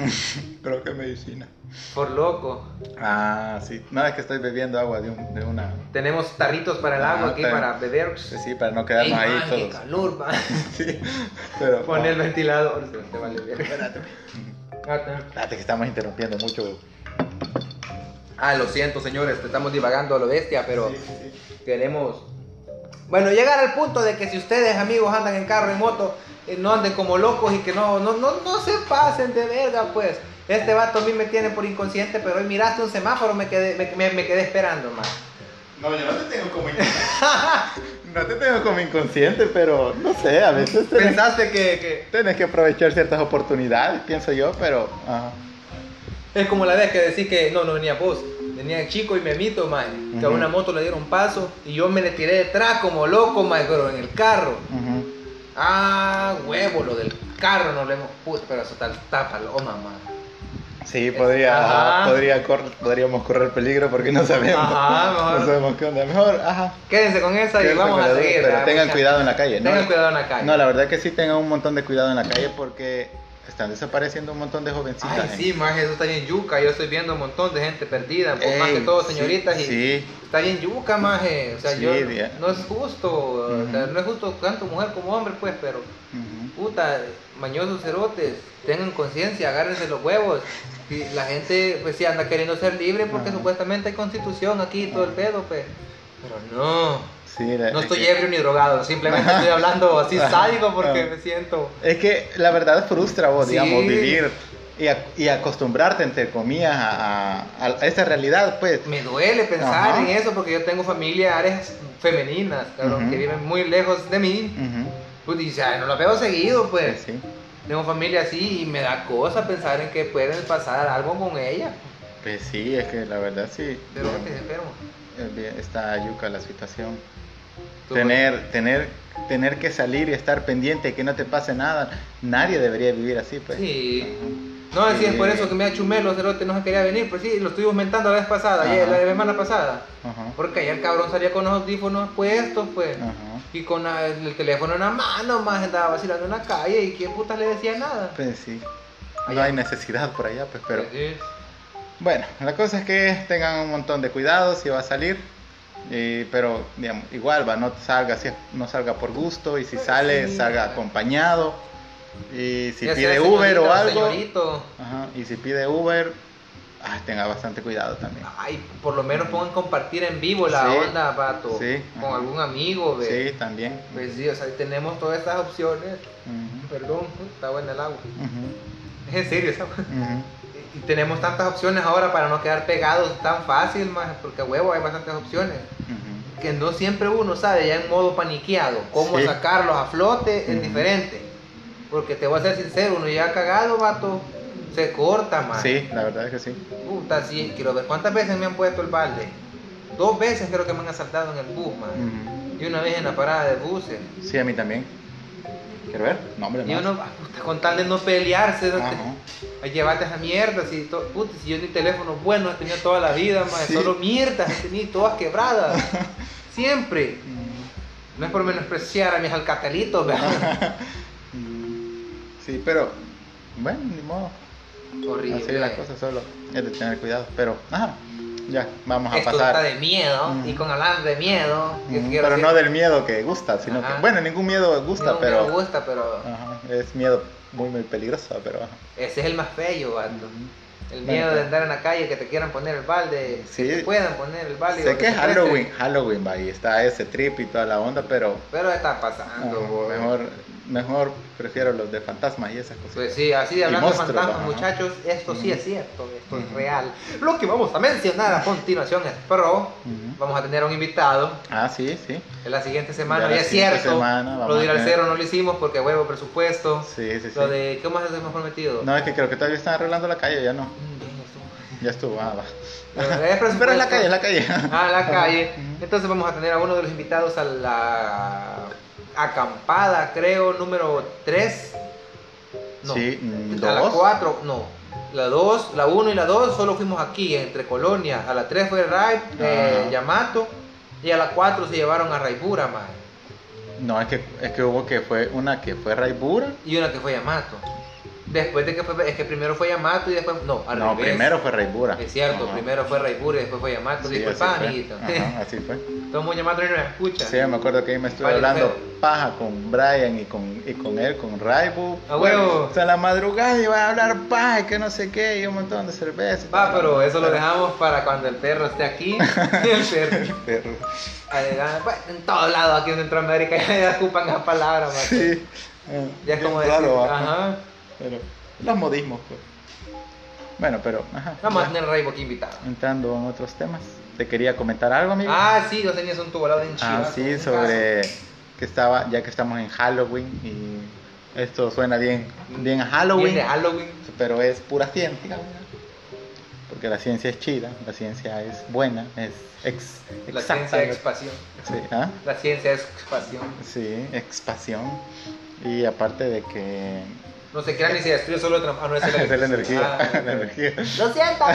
Speaker 4: Creo que medicina.
Speaker 3: por loco.
Speaker 4: Ah, sí. Nada, es que estoy bebiendo agua de, un- de una.
Speaker 3: Tenemos tarritos para el
Speaker 4: Ah,
Speaker 3: agua aquí
Speaker 4: está bien.
Speaker 3: para beber.
Speaker 4: pues sí, para no
Speaker 3: Ey,
Speaker 4: quedarnos
Speaker 3: man,
Speaker 4: ahí
Speaker 3: qué
Speaker 4: todos.
Speaker 3: calor, man.
Speaker 4: Sí, pero.
Speaker 3: Pon el
Speaker 4: no,
Speaker 3: ventilador, se te vale bien. Espérate.
Speaker 4: espérate que estamos interrumpiendo mucho.
Speaker 3: Ah, lo siento, señores, te estamos divagando a lo bestia, pero
Speaker 4: Sí, sí.
Speaker 3: queremos. Bueno, llegar al punto de que si ustedes, amigos, andan en carro y moto, eh, no anden como locos y que no, no, no, no se pasen de verga, pues. Este vato a mí me tiene por inconsciente, pero hoy miraste un semáforo, me quedé, me, me- me quedé esperando, man.
Speaker 4: No, yo no te tengo como inconsciente. no te tengo como inconsciente, pero no sé, a veces
Speaker 3: Pues
Speaker 4: tenés,
Speaker 3: Pensaste que, que
Speaker 4: tenés que aprovechar ciertas oportunidades, pienso yo, pero. ajá.
Speaker 3: es como la vez que decís que no, no venía vos, venía el chico y me mito, man. Que a
Speaker 4: Ujú.
Speaker 3: una moto le dieron paso y yo me le tiré detrás como loco, man, pero en el carro.
Speaker 4: Ujú.
Speaker 3: Ah, huevo, lo del carro no lo hemos puesto, pero eso tal, tápalo, oh mamá.
Speaker 4: Sí, podría,
Speaker 3: Ajá.
Speaker 4: podría cor- podríamos correr peligro porque no sabemos.
Speaker 3: Ajá, mejor.
Speaker 4: No sabemos qué onda. Mejor, ajá.
Speaker 3: Quédense con esa y
Speaker 4: Quédense
Speaker 3: vamos
Speaker 4: con la
Speaker 3: a
Speaker 4: duda,
Speaker 3: seguir.
Speaker 4: Pero
Speaker 3: ¿verdad?
Speaker 4: tengan
Speaker 3: Mucha-
Speaker 4: cuidado en la calle, ¿no?
Speaker 3: Tengan cuidado en la calle.
Speaker 4: No, la verdad que sí tengan un montón de cuidado en la calle porque están desapareciendo un montón de jovencitas. ¿eh?
Speaker 3: Ay,
Speaker 4: gente.
Speaker 3: sí, más eso está bien yuca. Yo estoy viendo un montón de gente perdida, pues, más
Speaker 4: Ey,
Speaker 3: que todo
Speaker 4: sí,
Speaker 3: señoritas. y
Speaker 4: Sí,
Speaker 3: Está bien yuca, maje. O sea,
Speaker 4: Sí,
Speaker 3: yo.
Speaker 4: bien.
Speaker 3: No es justo. o sea,
Speaker 4: Ujú.
Speaker 3: no es justo tanto mujer como hombre, pues, pero.
Speaker 4: Ujú.
Speaker 3: Puta, mañosos cerotes. Tengan conciencia, agárrense los huevos. Y la gente, pues, sí anda queriendo ser libre porque
Speaker 4: Ajá.
Speaker 3: supuestamente hay constitución aquí y todo el pedo, pues. Pero no.
Speaker 4: sí, la-
Speaker 3: No
Speaker 4: es
Speaker 3: estoy
Speaker 4: que-
Speaker 3: ebrio ni drogado, simplemente estoy hablando así
Speaker 4: Ajá.
Speaker 3: sádico porque
Speaker 4: Ajá.
Speaker 3: me siento.
Speaker 4: Es que la verdad frustra vos,
Speaker 3: Sí.
Speaker 4: digamos, vivir y, ac- y acostumbrarte, entre comillas, a, a, a esa realidad, pues.
Speaker 3: Me duele pensar
Speaker 4: Ajá.
Speaker 3: en eso porque yo tengo familiares femeninas, cabrón,
Speaker 4: Ujú.
Speaker 3: que viven muy lejos de mí.
Speaker 4: Ujú.
Speaker 3: Pues, y ya no las veo seguido, pues.
Speaker 4: Sí.
Speaker 3: Tengo familia así y me da cosa pensar en que pueden pasar algo con ella.
Speaker 4: Pues sí, es que la verdad sí.
Speaker 3: Pero que se enfermo.
Speaker 4: Es bien- Está yuca la situación.
Speaker 3: Tú- pues,
Speaker 4: Tener, tener, tener que salir y estar pendiente que no te pase nada. Nadie debería vivir así, pues.
Speaker 3: Sí.
Speaker 4: Ujú.
Speaker 3: No, sí, es
Speaker 4: Sí.
Speaker 3: por eso que me da chumelo, cerote, no se quería venir, pues sí, lo estuvimos mentando la vez pasada,
Speaker 4: Ajá.
Speaker 3: ayer, la semana pasada.
Speaker 4: Ajá.
Speaker 3: Porque ayer el cabrón salía con los audífonos puestos, pues.
Speaker 4: Ajá.
Speaker 3: Y con la- el teléfono en la mano, más andaba vacilando en la calle y quién puta le decía nada.
Speaker 4: Pues sí. No
Speaker 3: Allá.
Speaker 4: hay necesidad por allá, pues, pero...
Speaker 3: Sí.
Speaker 4: Bueno, la cosa es que tengan un montón de cuidado si va a salir. y- pero digamos, igual va, no salga, si es- no salga por gusto y si sale,
Speaker 3: Pues sí.
Speaker 4: salga acompañado. Y si
Speaker 3: Ya sea
Speaker 4: pide Uber o
Speaker 3: señorita
Speaker 4: algo.
Speaker 3: Señorito.
Speaker 4: Ajá, y si pide Uber, ah, tenga bastante cuidado también.
Speaker 3: Ay, por lo menos pongan compartir en vivo la
Speaker 4: Sí.
Speaker 3: onda, vato.
Speaker 4: Sí.
Speaker 3: Con
Speaker 4: Ajá.
Speaker 3: algún amigo, ve.
Speaker 4: Sí, también.
Speaker 3: Pues sí, o sea, tenemos todas estas opciones.
Speaker 4: Ujú,
Speaker 3: Perdón, está buena el agua.
Speaker 4: ujú,
Speaker 3: Es en serio, ¿sabes?
Speaker 4: ujú.
Speaker 3: Y tenemos tantas opciones ahora para no quedar pegados tan fácil, más, porque a huevo hay bastantes opciones.
Speaker 4: Ujú.
Speaker 3: Que no siempre uno sabe, ya en modo paniqueado, cómo
Speaker 4: Sí.
Speaker 3: sacarlos a flote es
Speaker 4: Ujú.
Speaker 3: diferente. Porque te voy a ser sincero, uno ya cagado, vato, se corta, más.
Speaker 4: Sí, la verdad es que sí.
Speaker 3: Puta, sí, quiero ver cuántas veces me han puesto el balde. Dos veces creo que me han asaltado en el bus, man.
Speaker 4: Ujú.
Speaker 3: Y una vez en la parada de buses.
Speaker 4: Sí, a mí también. ¿Quiero ver? No, hombre,
Speaker 3: Y
Speaker 4: no. Ah,
Speaker 3: uno, ah, puta, con tal de no pelearse, no
Speaker 4: Ajá.
Speaker 3: te- a llevarte esa mierda. Si, to- puta, si yo ni teléfono bueno he tenido toda la vida, man.
Speaker 4: Sí.
Speaker 3: Solo mierdas he tenido todas quebradas. Siempre. No es por menospreciar a mis alcatelitos, ¿verdad?
Speaker 4: Sí, pero bueno, ni modo.
Speaker 3: Horrible.
Speaker 4: Así es la cosa solo es de tener cuidado. Pero, ajá, ya, vamos a
Speaker 3: Esto
Speaker 4: pasar.
Speaker 3: está de miedo
Speaker 4: Ujú.
Speaker 3: y con hablar de miedo. que
Speaker 4: Mm,
Speaker 3: quiero
Speaker 4: Pero
Speaker 3: decir-
Speaker 4: no del miedo que gusta, sino
Speaker 3: Ajá.
Speaker 4: que, bueno, ningún miedo gusta,
Speaker 3: no,
Speaker 4: pero Ah.
Speaker 3: Me gusta, pero
Speaker 4: ajá, es miedo muy, muy peligroso, pero ajá.
Speaker 3: ese es el más feo, vato. El
Speaker 4: Bueno,
Speaker 3: miedo de
Speaker 4: pero-
Speaker 3: andar en la calle, que te quieran poner el balde, que
Speaker 4: Sí.
Speaker 3: te puedan poner el balde. o
Speaker 4: Sé que es
Speaker 3: te
Speaker 4: Halloween,
Speaker 3: presten,
Speaker 4: Halloween, va, y está ese trip y toda la onda, pero
Speaker 3: Pero está
Speaker 4: ajá,
Speaker 3: pasando, bo.
Speaker 4: Ah, mejor, mejor prefiero los de fantasmas y esas cosas.
Speaker 3: Pues sí, así de
Speaker 4: Y
Speaker 3: hablando de
Speaker 4: monstruos,
Speaker 3: fantasmas,
Speaker 4: ajá.
Speaker 3: muchachos, esto sí
Speaker 4: Ujú.
Speaker 3: es cierto, esto es
Speaker 4: Ujú.
Speaker 3: real. Lo que vamos a mencionar a continuación es pro.
Speaker 4: Ujú.
Speaker 3: Vamos a tener a un invitado
Speaker 4: Ah, sí, sí.
Speaker 3: en la siguiente semana,
Speaker 4: Ya la
Speaker 3: ya es
Speaker 4: siguiente
Speaker 3: cierto.
Speaker 4: semana vamos
Speaker 3: lo de ir
Speaker 4: a
Speaker 3: al
Speaker 4: tener-
Speaker 3: cero no lo hicimos porque huevo presupuesto.
Speaker 4: Sí, sí, sí.
Speaker 3: Lo de, ¿qué más hemos prometido?
Speaker 4: No, es que creo que todavía están arreglando la calle, ya no.
Speaker 3: Mm, bien, eso.
Speaker 4: Ya estuvo, ah, va.
Speaker 3: Pero es presupuesto.
Speaker 4: Pero es la calle, es la calle.
Speaker 3: a la calle. Entonces vamos a tener a uno de los invitados a la acampada, creo, número 3. No,
Speaker 4: Sí, mm,
Speaker 3: a la
Speaker 4: dos.
Speaker 3: 4, no. La 2, la 1 y la 2 solo fuimos aquí, entre colonias. A la 3 fue Rai, eh,
Speaker 4: Ajá.
Speaker 3: Yamato. Y a la 4 se llevaron a Raibura, man.
Speaker 4: No, es que, es que hubo que fue una que fue Raibura.
Speaker 3: Y una que fue Yamato. Después de que fue, es que primero fue Yamato y después, no, al
Speaker 4: no,
Speaker 3: revés.
Speaker 4: primero fue Raibura.
Speaker 3: Es cierto,
Speaker 4: Ajá.
Speaker 3: primero fue Raibura y después fue Yamato.
Speaker 4: Sí, así
Speaker 3: Disculpa,
Speaker 4: fue.
Speaker 3: amiguito.
Speaker 4: Ajá, así fue.
Speaker 3: Tomo Yamato y no me escucha.
Speaker 4: Sí, me acuerdo que ahí me estuve
Speaker 3: Vale,
Speaker 4: hablando
Speaker 3: pero-
Speaker 4: paja con Brian y con, y con él, con Raibu.
Speaker 3: A huevo.
Speaker 4: Hasta la madrugada iba a hablar paja y que no sé qué, y un montón de cerveza.
Speaker 3: Va, pero eso lo dejamos para cuando el perro esté aquí. El perro.
Speaker 4: Pero-
Speaker 3: Además, bueno, en todos lados aquí en Centroamérica ya ocupan esa palabra, man.
Speaker 4: Sí. eh,
Speaker 3: Ya es
Speaker 4: bien
Speaker 3: como
Speaker 4: raro,
Speaker 3: decir,
Speaker 4: ajá.
Speaker 3: ajá.
Speaker 4: Pero los modismos, pues. Bueno, pero, ajá.
Speaker 3: Vamos a
Speaker 4: ya.
Speaker 3: tener a Raibo aquí invitado.
Speaker 4: Entrando en otros temas, ¿te quería comentar algo, amigo?
Speaker 3: Ah, sí, dos tenías un tubolado en
Speaker 4: Ah,
Speaker 3: Chivas.
Speaker 4: sí, sobre que estaba, ya que estamos en Halloween y esto suena bien, bien a
Speaker 3: Halloween.
Speaker 4: Halloween,
Speaker 3: de Halloween.
Speaker 4: pero es pura ciencia, ¿verdad? porque la ciencia es chida, la ciencia es buena, es ex,
Speaker 3: La
Speaker 4: exacta,
Speaker 3: ciencia es pasión.
Speaker 4: sí, ¿ah?
Speaker 3: La ciencia es pasión.
Speaker 4: sí, expansión y aparte de que
Speaker 3: No se crean ni se destruye solo otra. Ah, no, esa
Speaker 4: es
Speaker 3: es
Speaker 4: la energía,
Speaker 3: Ah,
Speaker 4: la energía.
Speaker 3: Lo siento.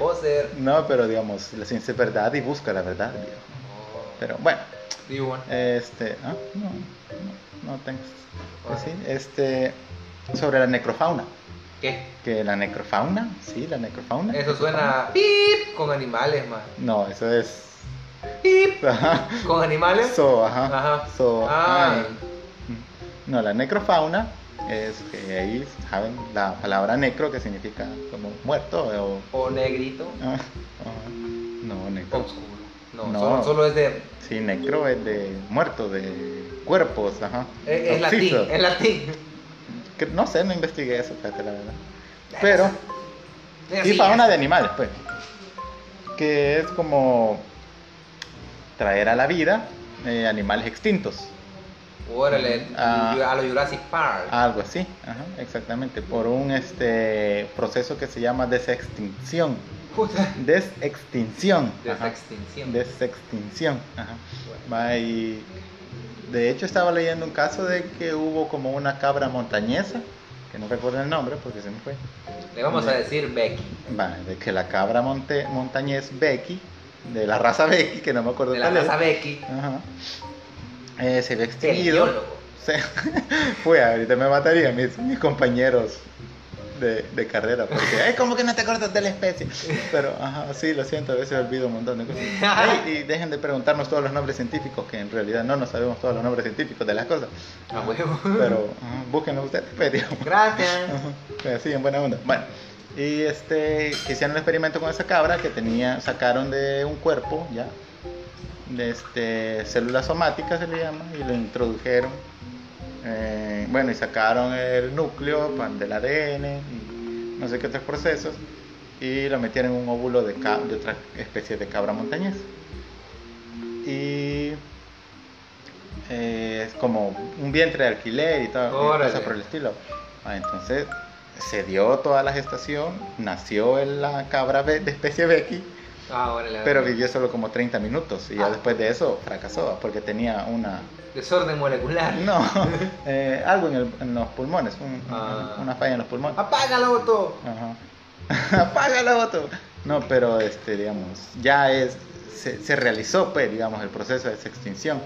Speaker 3: Poser.
Speaker 4: No, pero digamos, la ciencia es verdad y busca la verdad, digo. pero bueno.
Speaker 3: Digo, bueno.
Speaker 4: Este, ah, no, no, no tengo. Pues sí, este, sobre la necrofauna.
Speaker 3: ¿Qué?
Speaker 4: Que la necrofauna, sí, la necrofauna.
Speaker 3: Eso suena a pip con animales, man.
Speaker 4: No, eso es.
Speaker 3: Pip
Speaker 4: Ajá.
Speaker 3: con animales.
Speaker 4: So, ajá.
Speaker 3: Ajá.
Speaker 4: So,
Speaker 3: Ah.
Speaker 4: ay. No, la necrofauna es que ahí saben la palabra necro que significa como muerto o.
Speaker 3: O negrito.
Speaker 4: ah, ajá. No, necro.
Speaker 3: Oscuro. No,
Speaker 4: No.
Speaker 3: Solo, solo es de.
Speaker 4: Sí, necro es de muerto, de cuerpos, ajá.
Speaker 3: Es, es latín,
Speaker 4: Oxisos.
Speaker 3: es latín.
Speaker 4: Que- no sé, no investigué eso, fíjate la verdad. Pero,
Speaker 3: Es
Speaker 4: y
Speaker 3: así,
Speaker 4: fauna
Speaker 3: es.
Speaker 4: de animales, pues. Que es como traer a la vida eh, animales extintos,
Speaker 3: Órale,
Speaker 4: Ah.
Speaker 3: a lo Jurassic Park.
Speaker 4: algo así, ajá, exactamente, por un este proceso que se llama desextinción.
Speaker 3: Puta.
Speaker 4: Desextinción.
Speaker 3: De esa
Speaker 4: ajá.
Speaker 3: extinción.
Speaker 4: Desextinción. Ajá.
Speaker 3: Bueno.
Speaker 4: Va y- de hecho estaba leyendo un caso de que hubo como una cabra montañesa, que no recuerdo el nombre porque se me fue.
Speaker 3: Le vamos a decir Becky.
Speaker 4: Va, de que la cabra monte, montañés Becky, de la raza Becky, que no me acuerdo
Speaker 3: De la
Speaker 4: cuál es.
Speaker 3: raza Becky.
Speaker 4: Ajá. Eh, se había
Speaker 3: El
Speaker 4: extinguido.
Speaker 3: biólogo.
Speaker 4: Se, fue, ahorita me matarían mis, mis compañeros de, de carrera, porque es como que no te acuerdas de la especie. Pero, ajá, sí, lo siento, a veces olvido un montón de cosas. Ey, y dejen de preguntarnos todos los nombres científicos, que en realidad no nos sabemos todos los nombres científicos de las cosas.
Speaker 3: A huevo.
Speaker 4: Pero ajá, búsquenlo ustedes, pues, digamos.
Speaker 3: Gracias.
Speaker 4: Ajá, Sí, en buena onda. Bueno, y este, que hicieron el experimento con esa cabra que tenía, sacaron de un cuerpo, ya, de este, células somáticas se le llama, y lo introdujeron, eh, bueno, y sacaron el núcleo pan, del ADN, y no sé qué otros procesos, y lo metieron en un óvulo de, ca- de otra especie de cabra montañesa. Y eh, es como un vientre de alquiler y todo, y
Speaker 3: Órale.
Speaker 4: cosas por el estilo. Ah, entonces, se dio toda la gestación, nació en la cabra be- de especie Becky,
Speaker 3: Ah, órale.
Speaker 4: pero vivió solo como 30 minutos y ya
Speaker 3: Ah.
Speaker 4: después de eso fracasó porque tenía una...
Speaker 3: Desorden molecular.
Speaker 4: No, eh, algo en, el- en los pulmones, un-
Speaker 3: Ah.
Speaker 4: una falla en los pulmones.
Speaker 3: Apágalo, Otto.
Speaker 4: Ajá. Apágala, voto. No, pero este, digamos, ya es, se, se realizó, pues, digamos, el proceso de esa extinción.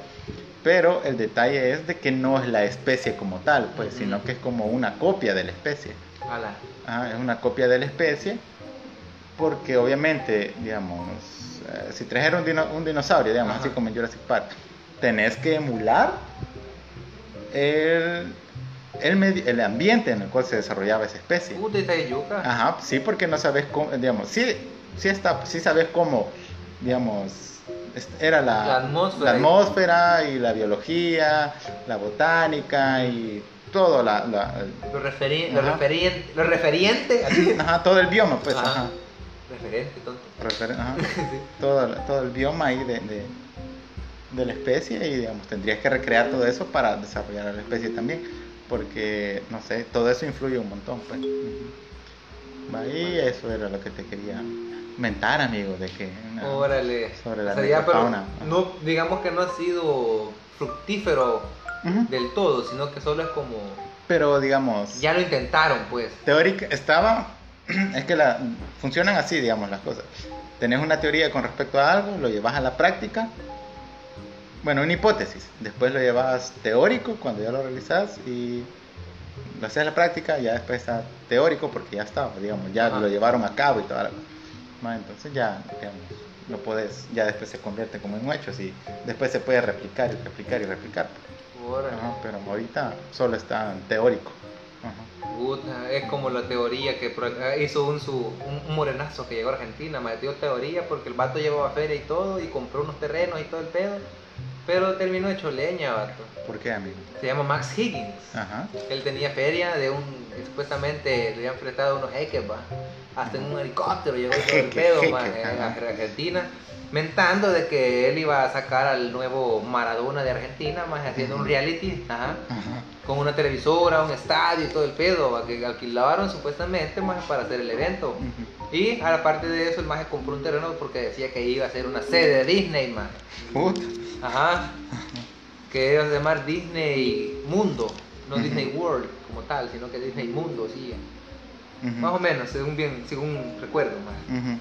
Speaker 4: Pero el detalle es de que no es la especie como tal, pues,
Speaker 3: Ujú.
Speaker 4: sino que es como una copia de la especie.
Speaker 3: Ala.
Speaker 4: Ajá, es una copia de la especie, porque obviamente, digamos, eh, si trajera un, dino- un dinosaurio, digamos,
Speaker 3: Ajá.
Speaker 4: así como en Jurassic Park, tenés que emular el, el, medi- el ambiente en el cual se desarrollaba esa especie.
Speaker 3: Puta, esa es yuca.
Speaker 4: Ajá, sí, porque no sabes cómo, digamos, sí, sí, está, sí sabes cómo, digamos, es- era la,
Speaker 3: La atmósfera.
Speaker 4: la atmósfera y la biología, la botánica y todo, la, la-
Speaker 3: Lo, referi- lo
Speaker 4: Ajá.
Speaker 3: referien- lo referiente. así.
Speaker 4: ajá, todo el bioma, pues,
Speaker 3: Ajá.
Speaker 4: ajá,
Speaker 3: Referente, tonto.
Speaker 4: refer- ajá,
Speaker 3: Sí.
Speaker 4: todo, la- todo el bioma ahí de, de, de la especie y, digamos, tendrías que recrear todo eso para desarrollar a la especie también, porque, no sé, todo eso influye un montón, pues. Ujú. Va, Y eso era lo que te quería mentar, amigo, de que... ajá.
Speaker 3: Órale.
Speaker 4: Ah, Sobre
Speaker 3: ya,
Speaker 4: la
Speaker 3: pero
Speaker 4: microfauna. Ajá.
Speaker 3: no, digamos que no ha sido fructífero
Speaker 4: Ujú.
Speaker 3: del todo, sino que solo es como.
Speaker 4: Pero digamos,
Speaker 3: Ya lo intentaron, pues.
Speaker 4: teórica estaba, es que la, funcionan así, digamos, las cosas. Tenés una teoría con respecto a algo, lo llevas a la práctica, bueno, una hipótesis, después lo llevas teórico cuando ya lo realizas y lo haces a la práctica, ya después está teórico porque ya estaba, digamos, ya
Speaker 3: Ajá.
Speaker 4: lo llevaron a cabo y todo. Entonces ya, digamos, lo podés, ya después se convierte como en un hecho, y después se puede replicar y replicar y replicar.
Speaker 3: Órale.
Speaker 4: Ajá, pero ahorita solo está en teórico. Ajá.
Speaker 3: Puta, es como la teoría que pro- eh, hizo un, su, un un morenazo que llegó a Argentina, metió teoría porque el vato llevaba feria y todo y compró unos terrenos y todo el pedo, pero terminó hecho leña, vato.
Speaker 4: ¿Por qué, amigo?
Speaker 3: Se llama Max Higgins.
Speaker 4: Ajá.
Speaker 3: Él tenía feria de un. Supuestamente le habían prestado unos jeques, va. Hasta en un helicóptero llegó y todo el
Speaker 4: Jeque,
Speaker 3: pedo,
Speaker 4: jeque,
Speaker 3: ma, en
Speaker 4: ajá.
Speaker 3: Argentina. Mentando de que él iba a sacar al nuevo Maradona de Argentina, más haciendo un
Speaker 4: Ujú.
Speaker 3: reality, ajá,
Speaker 4: Ajá.
Speaker 3: con una televisora, un estadio y todo el pedo, va, que alquilaron supuestamente más para hacer el evento.
Speaker 4: Ujú.
Speaker 3: Y aparte de eso, el maje compró un terreno porque decía que iba a ser una sede de Disney, más.
Speaker 4: Puta.
Speaker 3: Ajá. Que iba a llamar Disney Mundo, no
Speaker 4: Ujú.
Speaker 3: Disney World como tal, sino que Disney Mundo, sí.
Speaker 4: Ujú.
Speaker 3: Más o menos, según bien, según recuerdo más.
Speaker 4: Ujú.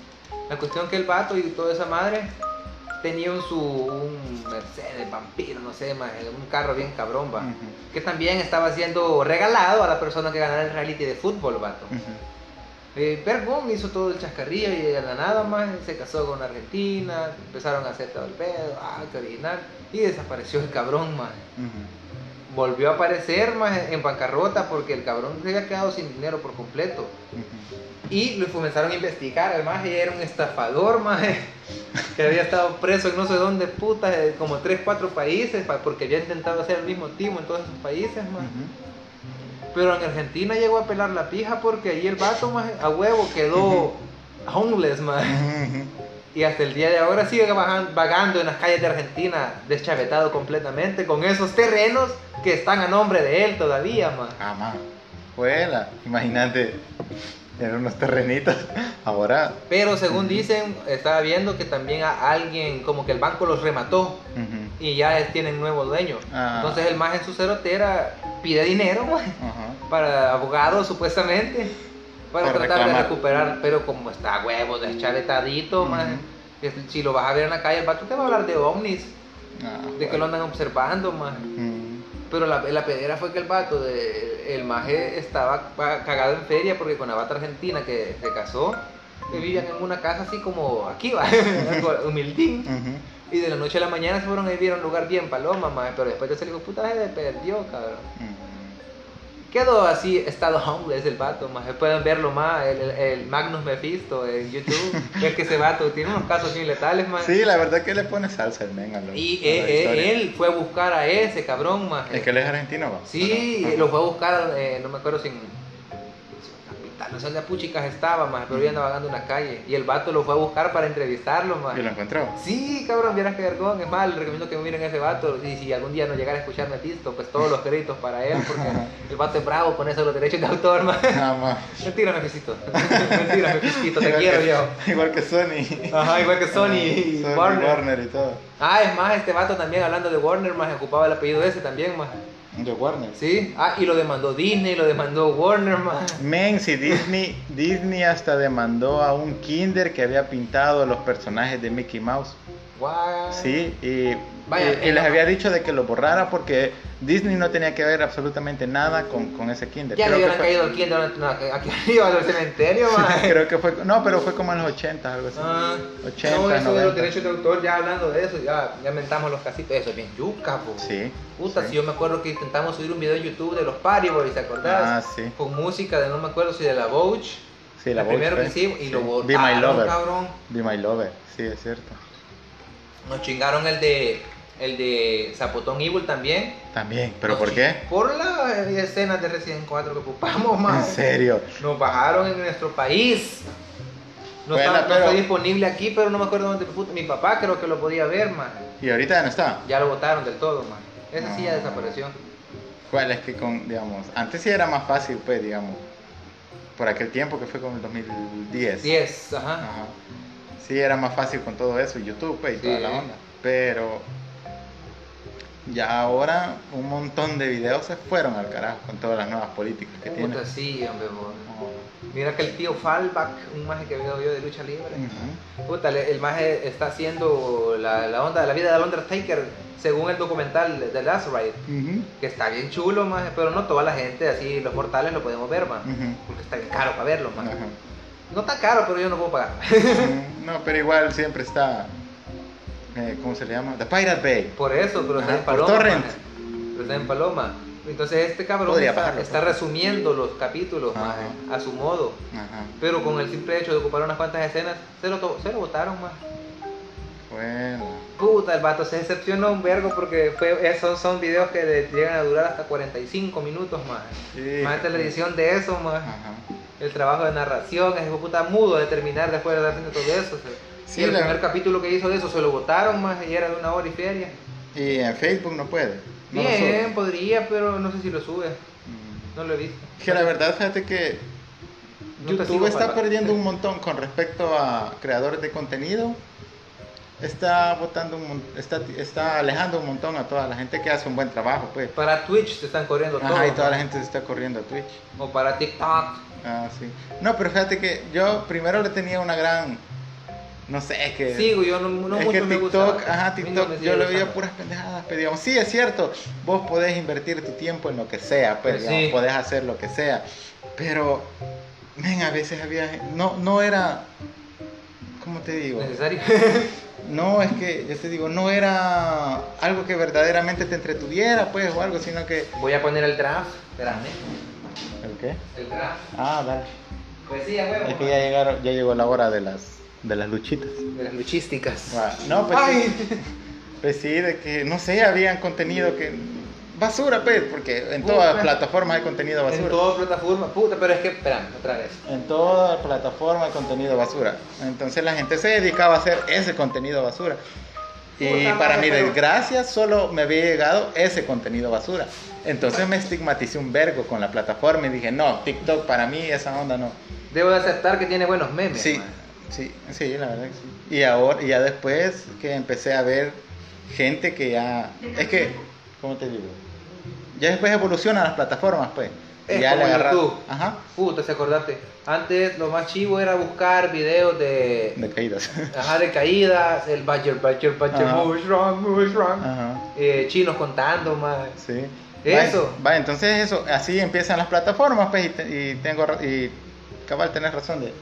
Speaker 3: La cuestión que el vato y toda esa madre tenían su un Mercedes vampiro, no sé, más, un carro bien cabrón, va.
Speaker 4: Ujú.
Speaker 3: Que también estaba siendo regalado a la persona que ganara el reality de fútbol, vato.
Speaker 4: Ujú.
Speaker 3: Eh, Bergón hizo todo el chascarrillo y de la nada más se casó con una argentina, empezaron a hacer todo el pedo, ah, qué original, y desapareció el cabrón más.
Speaker 4: Ujú.
Speaker 3: Volvió a aparecer más en bancarrota porque el cabrón se había quedado sin dinero por completo.
Speaker 4: Ujú.
Speaker 3: Y lo comenzaron a investigar, el maje era un estafador, maje, que había estado preso en no sé dónde, puta, eh, como 3, 4 países, pa- porque había intentado hacer el mismo timo en todos esos países, más.
Speaker 4: Ujú.
Speaker 3: Pero en Argentina llegó a pelar la pija porque ahí el vato más a huevo quedó homeless, man.
Speaker 4: Ujú.
Speaker 3: Y hasta el día de ahora sigue vagan- vagando en las calles de Argentina, deschavetado completamente con esos terrenos que están a nombre de él todavía, man.
Speaker 4: Ah, ma. Juela. Imagínate tener unos terrenitos. Ahora.
Speaker 3: Pero según dicen, estaba viendo que también a alguien, como que el banco los remató
Speaker 4: Ujú.
Speaker 3: y ya es- tienen nuevo dueño.
Speaker 4: Ah.
Speaker 3: Entonces el más en su cerotera pide dinero, man.
Speaker 4: Ajá.
Speaker 3: para abogados supuestamente para
Speaker 4: Para
Speaker 3: tratar de
Speaker 4: reclamar.
Speaker 3: recuperar pero como está huevo deschavetadito
Speaker 4: Ujú.
Speaker 3: man, que si lo vas a ver en la calle el vato te va a hablar de ovnis
Speaker 4: Ah,
Speaker 3: de que lo andan observando man
Speaker 4: Ujú.
Speaker 3: pero la, la pedera fue que el vato de, el maje estaba pa- cagado en feria porque con la bata argentina que se casó que vivían en una casa así como aquí va algo humildín
Speaker 4: Ujú.
Speaker 3: y de la noche a la mañana se fueron a vivir a un lugar bien paloma man, pero después de salir con puta se perdió cabrón
Speaker 4: Ujú.
Speaker 3: Quedó así, estado homeless el vato, más pueden verlo más, el, el, el Magnus Mephisto en YouTube, es que ese vato tiene unos casos bien letales, más.
Speaker 4: Sí, la verdad que le pone salsa el men a lo-
Speaker 3: y
Speaker 4: a la
Speaker 3: eh, eh,
Speaker 4: historia.
Speaker 3: él fue a buscar a ese cabrón, más.
Speaker 4: Es que él es argentino, va.
Speaker 3: Sí,
Speaker 4: Ajá.
Speaker 3: lo fue a buscar, eh, no me acuerdo si en si en La noción de Puchicas estaba, más, pero ya andaba vagando en la calle. Y el vato lo fue a buscar para entrevistarlo, más.
Speaker 4: Y lo encontró.
Speaker 3: Sí, cabrón, vieras que vergón, es mal, recomiendo que miren a ese vato. Y si algún día no llegara a escucharme listo, pues todos los créditos para él, porque el vato es bravo con eso de los derechos de autor, man.
Speaker 4: Ah, ma.
Speaker 3: Mentira, Mephisito. Mentira, Mephisito, te quiero
Speaker 4: que,
Speaker 3: yo.
Speaker 4: Igual que Sony.
Speaker 3: Ajá, igual que Sony y
Speaker 4: Sony,
Speaker 3: Warner.
Speaker 4: Warner y todo.
Speaker 3: Ah, es más, este vato también, hablando de Warner, más ocupaba el apellido ese también, más.
Speaker 4: Yo Warner.
Speaker 3: Sí, ah, y lo demandó Disney, lo demandó Warner, más.
Speaker 4: Men, si Disney, Disney hasta demandó a un kinder que había pintado los personajes de Mickey Mouse.
Speaker 3: Guau.
Speaker 4: Sí, y,
Speaker 3: Vaya,
Speaker 4: y- y
Speaker 3: eh,
Speaker 4: les
Speaker 3: no.
Speaker 4: había dicho de que lo borrara porque Disney no tenía que ver absolutamente nada con, con ese kinder.
Speaker 3: Ya le
Speaker 4: que
Speaker 3: hubieran
Speaker 4: fue-
Speaker 3: caído al kinder, no, aquí arriba del cementerio, más.
Speaker 4: creo que fue, no, pero fue como en los 80, algo así.
Speaker 3: Ah,
Speaker 4: 80,
Speaker 3: no, eso de
Speaker 4: 90.
Speaker 3: los derechos de autor, ya hablando de eso, ya, ya mentamos los casitos, eso es bien yuca, po.
Speaker 4: Sí.
Speaker 3: Puta,
Speaker 4: sí.
Speaker 3: si yo me acuerdo que intentamos subir un video en YouTube de los Party Boys, ¿te acordás?
Speaker 4: Ah, sí.
Speaker 3: Con música de no me acuerdo si de la Vouch.
Speaker 4: Sí, la
Speaker 3: el
Speaker 4: Vogue
Speaker 3: primero
Speaker 4: fue.
Speaker 3: que hicimos y
Speaker 4: Sí.
Speaker 3: lo
Speaker 4: Be My
Speaker 3: botaron,
Speaker 4: Lover.
Speaker 3: cabrón.
Speaker 4: Be My Lover, sí, es cierto.
Speaker 3: Nos chingaron el de el de Zapotón Evil también.
Speaker 4: También, pero
Speaker 3: Nos
Speaker 4: ¿por
Speaker 3: chi-
Speaker 4: qué?
Speaker 3: Por las eh, escenas de Resident 4 que ocupamos, más.
Speaker 4: En serio.
Speaker 3: Nos bajaron en nuestro país. No,
Speaker 4: Bueno,
Speaker 3: estaba, no
Speaker 4: pero-
Speaker 3: estaba disponible aquí, pero no me acuerdo dónde. puta, mi papá creo que lo podía ver, man.
Speaker 4: Y ahorita ya no está.
Speaker 3: Ya lo botaron del todo, man. Ese sí ya
Speaker 4: Ah.
Speaker 3: desapareció.
Speaker 4: ¿Cuál es que con, digamos, antes sí era más fácil, pues, digamos, por aquel tiempo que fue como el 2010.
Speaker 3: 10, ajá.
Speaker 4: Ajá. Sí, era más fácil con todo eso, y YouTube, pues, y toda
Speaker 3: Sí.
Speaker 4: la onda. Pero ya ahora un montón de videos se fueron al carajo con todas las nuevas políticas que tienen.
Speaker 3: Puta, sí, hombre, bo.
Speaker 4: Ujú.
Speaker 3: Mira que el tío Fallback, un maje que veo yo de lucha libre. Puta, le- el maje está haciendo la, la onda de la vida del Undertaker, según el documental de Last Ride.
Speaker 4: Ujú.
Speaker 3: Que está bien chulo, maje, pero no toda la gente, así los mortales lo podemos ver, man.
Speaker 4: Ujú.
Speaker 3: Porque está bien caro para verlo, man.
Speaker 4: Ajá.
Speaker 3: No tan caro, pero yo no puedo pagar.
Speaker 4: Mm, No, pero igual siempre está. eh, ¿Cómo se le llama? The Pirate Bay.
Speaker 3: Por eso, pero está
Speaker 4: Ajá,
Speaker 3: en
Speaker 4: por
Speaker 3: Paloma.
Speaker 4: torrent.
Speaker 3: maje. Pero está en Paloma. Entonces este cabrón
Speaker 4: Podría
Speaker 3: está,
Speaker 4: bajarlo,
Speaker 3: está
Speaker 4: ¿no?
Speaker 3: resumiendo los capítulos
Speaker 4: Ajá.
Speaker 3: maje, a su modo.
Speaker 4: Ajá.
Speaker 3: Pero con el simple hecho de ocupar unas cuantas escenas, se lo, to- se lo botaron más.
Speaker 4: Bueno.
Speaker 3: Puta, el vato se decepcionó un vergo porque fue, esos son videos que de- llegan a durar hasta 45 minutos más.
Speaker 4: Sí.
Speaker 3: Imagínate la edición de eso, más.
Speaker 4: Ajá.
Speaker 3: El trabajo de narración, es hijo de puta mudo de terminar después de estar haciendo todo eso. se-
Speaker 4: Sí,
Speaker 3: y el
Speaker 4: la-
Speaker 3: primer capítulo que hizo de eso se lo botaron más y era de una hora y feria.
Speaker 4: Y en Facebook no puede. No lo
Speaker 3: Bien,
Speaker 4: sube.
Speaker 3: podría, pero no sé si lo sube.
Speaker 4: Mm.
Speaker 3: No lo he visto.
Speaker 4: Que la verdad, fíjate que
Speaker 3: No te
Speaker 4: YouTube
Speaker 3: sigo,
Speaker 4: está
Speaker 3: Juanpa.
Speaker 4: perdiendo un montón con respecto a creadores de contenido. Está botando un mon- está, está alejando un montón a toda la gente que hace un buen trabajo, pues.
Speaker 3: Para Twitch se están corriendo todo.
Speaker 4: Ajá, y toda
Speaker 3: ma.
Speaker 4: la gente se está corriendo a Twitch.
Speaker 3: O para TikTok.
Speaker 4: Ah, sí. No, pero fíjate que yo primero le tenía una gran. No sé, es que.
Speaker 3: Sigo, yo no, no
Speaker 4: Eh, es
Speaker 3: mucho
Speaker 4: que
Speaker 3: me
Speaker 4: TikTok,
Speaker 3: gusta.
Speaker 4: ajá,
Speaker 3: A mí no
Speaker 4: TikTok,
Speaker 3: me sigue
Speaker 4: yo le veía
Speaker 3: gustando.
Speaker 4: puras pendejadas, pero digamos, sí, es cierto, vos podés invertir tu tiempo en lo que sea, pero
Speaker 3: Pues sí.
Speaker 4: podés hacer lo que sea, pero, men, a veces había, no, no era, ¿cómo te digo?
Speaker 3: ¿Necesario?
Speaker 4: No, es que, yo te digo, no era algo que verdaderamente te entretuviera, pues, o algo, sino que...
Speaker 3: Voy a poner el draft. Espérame.
Speaker 4: ¿El qué?
Speaker 3: El draft.
Speaker 4: Ah, dale.
Speaker 3: Pues sí, a huevo.
Speaker 4: Es que ya, llegaron, ya llegó la hora de las, de las luchitas.
Speaker 3: De las luchísticas.
Speaker 4: Ah, No, pues, sí.
Speaker 3: Ay,
Speaker 4: Pues sí, de que, no sé, habían contenido que... Basura, pues, porque en
Speaker 3: Uh,
Speaker 4: todas
Speaker 3: pues.
Speaker 4: plataformas hay contenido basura.
Speaker 3: en todas plataformas. Puta, pero es que, espérame, otra vez.
Speaker 4: En toda plataforma hay contenido basura. Entonces la gente se dedicaba a hacer ese contenido basura. Y
Speaker 3: Puta
Speaker 4: para
Speaker 3: madre,
Speaker 4: mi
Speaker 3: pero-
Speaker 4: desgracia solo me había llegado ese contenido basura. Entonces me estigmaticé un vergo con la plataforma y dije, no, TikTok para mí esa onda no.
Speaker 3: Debo de aceptar que tiene buenos memes.
Speaker 4: Sí,
Speaker 3: man.
Speaker 4: sí, sí, la verdad que sí. Y ahora, y ya después que empecé a ver gente que ya, es que, ¿cómo te digo? Ya después evolucionan las plataformas, pues. Y
Speaker 3: Es
Speaker 4: ya
Speaker 3: como
Speaker 4: agarra-
Speaker 3: YouTube.
Speaker 4: Ajá.
Speaker 3: Puta, si acordate. Antes lo más chivo era buscar videos de.
Speaker 4: De caídas.
Speaker 3: Ajá, de caídas. El Badger, Badger, Badger.
Speaker 4: Ajá.
Speaker 3: Move strong, move strong.
Speaker 4: Ajá.
Speaker 3: Eh, chinos contando, más.
Speaker 4: Sí.
Speaker 3: Eso.
Speaker 4: Va, va, entonces eso, así empiezan las plataformas, pues, y, te- y tengo, ra- y cabal, tenés razón de,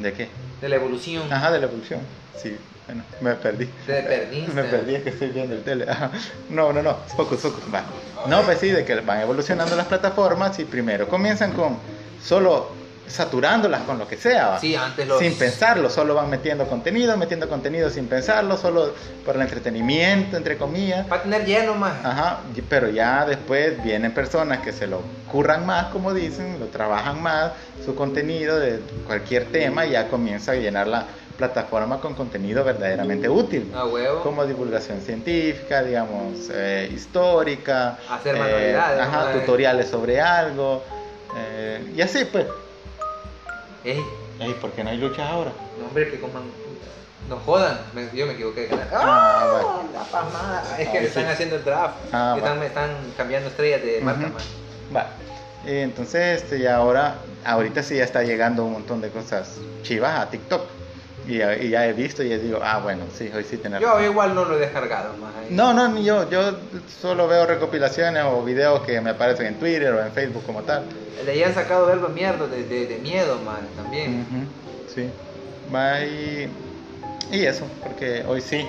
Speaker 4: ¿de qué?
Speaker 3: De la evolución.
Speaker 4: Ajá, de la evolución. Sí, bueno, me perdí.
Speaker 3: Te perdiste.
Speaker 4: Me perdí, es que estoy viendo el tele. Ajá. No, no, no, focus, focus, va. No, pues sí, de que van evolucionando las plataformas y primero comienzan con solo saturándolas con lo que sea. ¿va?
Speaker 3: Sí, antes los-
Speaker 4: Sin pensarlo, solo van metiendo contenido, metiendo contenido sin pensarlo, solo por el entretenimiento, entre comillas.
Speaker 3: Para tener lleno más.
Speaker 4: Ajá, y- pero ya después vienen personas que se lo curran más, como dicen, lo trabajan más, su contenido de cualquier tema y ya comienza a llenar la plataforma con contenido verdaderamente útil.
Speaker 3: A Ah, huevo.
Speaker 4: Como divulgación científica, digamos, eh, histórica.
Speaker 3: Hacer
Speaker 4: eh,
Speaker 3: manualidades,
Speaker 4: ajá,
Speaker 3: ¿no? Eh.
Speaker 4: tutoriales sobre algo. eh, y así, pues.
Speaker 3: Ey,
Speaker 4: Ey, ¿por qué no hay luchas ahora?
Speaker 3: no, hombre, que coman. No jodan. Me- yo me equivoqué. de canal.
Speaker 4: Ah,
Speaker 3: ¡Ah! La pasmada. Es
Speaker 4: Ah,
Speaker 3: que
Speaker 4: sí.
Speaker 3: están haciendo el draft.
Speaker 4: Ah,
Speaker 3: están,
Speaker 4: va.
Speaker 3: me están cambiando estrellas de marca,
Speaker 4: Ujú.
Speaker 3: man.
Speaker 4: Va. Eh, entonces, este, ya ahora, ahorita sí ya está llegando un montón de cosas chivas a TikTok. Y, ya- y ya he visto y ya digo, ah, bueno, sí, hoy sí tenemos.
Speaker 3: Yo igual no lo he descargado, más.
Speaker 4: No, no, ni yo. Yo solo veo recopilaciones o videos que me aparecen en Twitter o en Facebook como tal.
Speaker 3: Le han sacado verba mierda de, de, de miedo, man, también.
Speaker 4: Ujú, Sí. Va y, y eso, porque hoy sí.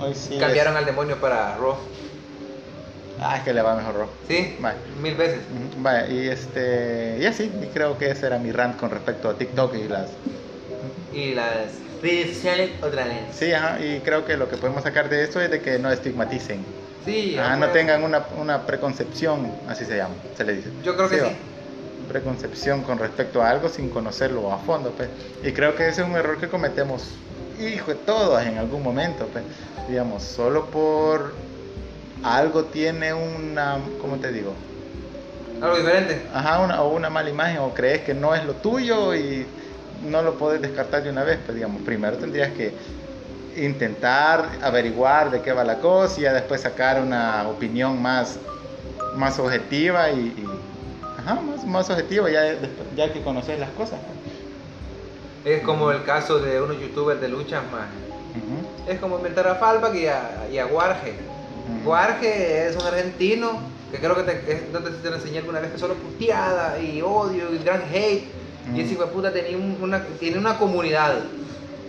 Speaker 4: Hoy sí. es-
Speaker 3: Cambiaron al demonio para Raw.
Speaker 4: Ah, es que le va mejor Rock.
Speaker 3: ¿Sí?
Speaker 4: Vale.
Speaker 3: Mil veces.
Speaker 4: Ujú, Vaya, y este, y así, y creo que ese era mi rant con respecto a TikTok y las...
Speaker 3: Y las redes sociales otra vez.
Speaker 4: Sí, ajá, y creo que lo que podemos sacar de esto es de que no estigmaticen,
Speaker 3: Sí,
Speaker 4: Ajá,
Speaker 3: a
Speaker 4: Ah, no
Speaker 3: huevo.
Speaker 4: tengan una, una preconcepción, así se llama, se le dice.
Speaker 3: Yo creo que
Speaker 4: va.
Speaker 3: sí.
Speaker 4: Preconcepción con respecto a algo sin conocerlo a fondo, pues. Y creo que ese es un error que cometemos, hijo de todos, en algún momento, pues. Digamos, solo por algo tiene una, ¿cómo te digo?
Speaker 3: Algo diferente.
Speaker 4: Ajá, una, o una mala imagen, o crees que no es lo tuyo y no lo puedes descartar de una vez, pues digamos, primero tendrías que intentar averiguar de qué va la cosa y ya después sacar una opinión más, más objetiva y, y- ajá, más, más objetiva ya, de- ya que conoces las cosas. pues.
Speaker 3: Es como el caso de unos youtubers de luchas, más.
Speaker 4: Ujú,
Speaker 3: Es como inventar a Falbach y a, y a Warge.
Speaker 4: ujú.
Speaker 3: Guarje es un argentino que creo que te, es donde te lo enseñé alguna vez que solo puteada y odio y gran hate. Y ese
Speaker 4: Mm.
Speaker 3: hijo de puta tenía un- una, tiene una comunidad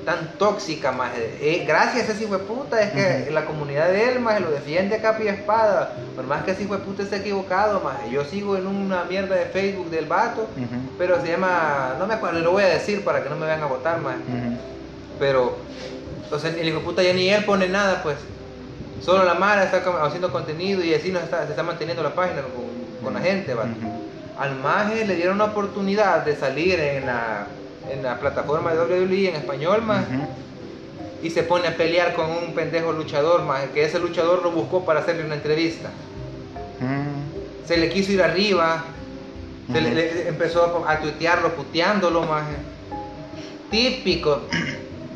Speaker 3: tan tóxica, más. eh, gracias a ese hijo de puta es que
Speaker 4: Ujú.
Speaker 3: la comunidad de él, más, lo defiende a capa y espada. Por más que ese hijo de puta esté equivocado, más. Yo sigo en una mierda de Facebook del vato,
Speaker 4: Ujú,
Speaker 3: pero se llama. No me acuerdo, lo voy a decir para que no me vayan a votar, más.
Speaker 4: ujú.
Speaker 3: Pero, o sea, el hijo de puta ya ni él pone nada, pues. Solo la Mara está com- haciendo contenido y así nos está, se está manteniendo la página con, con la gente, ¿vale?
Speaker 4: Ujú,
Speaker 3: Al Maje le dieron una oportunidad de salir en la, en la plataforma de WWE en español, más.
Speaker 4: ujú.
Speaker 3: Y se pone a pelear con un pendejo luchador, más. Que ese luchador lo buscó para hacerle una entrevista.
Speaker 4: Mm,
Speaker 3: Se le quiso ir arriba. Se le,
Speaker 4: Ujú.
Speaker 3: le- empezó a, a tuitearlo, puteándolo, más. Típico,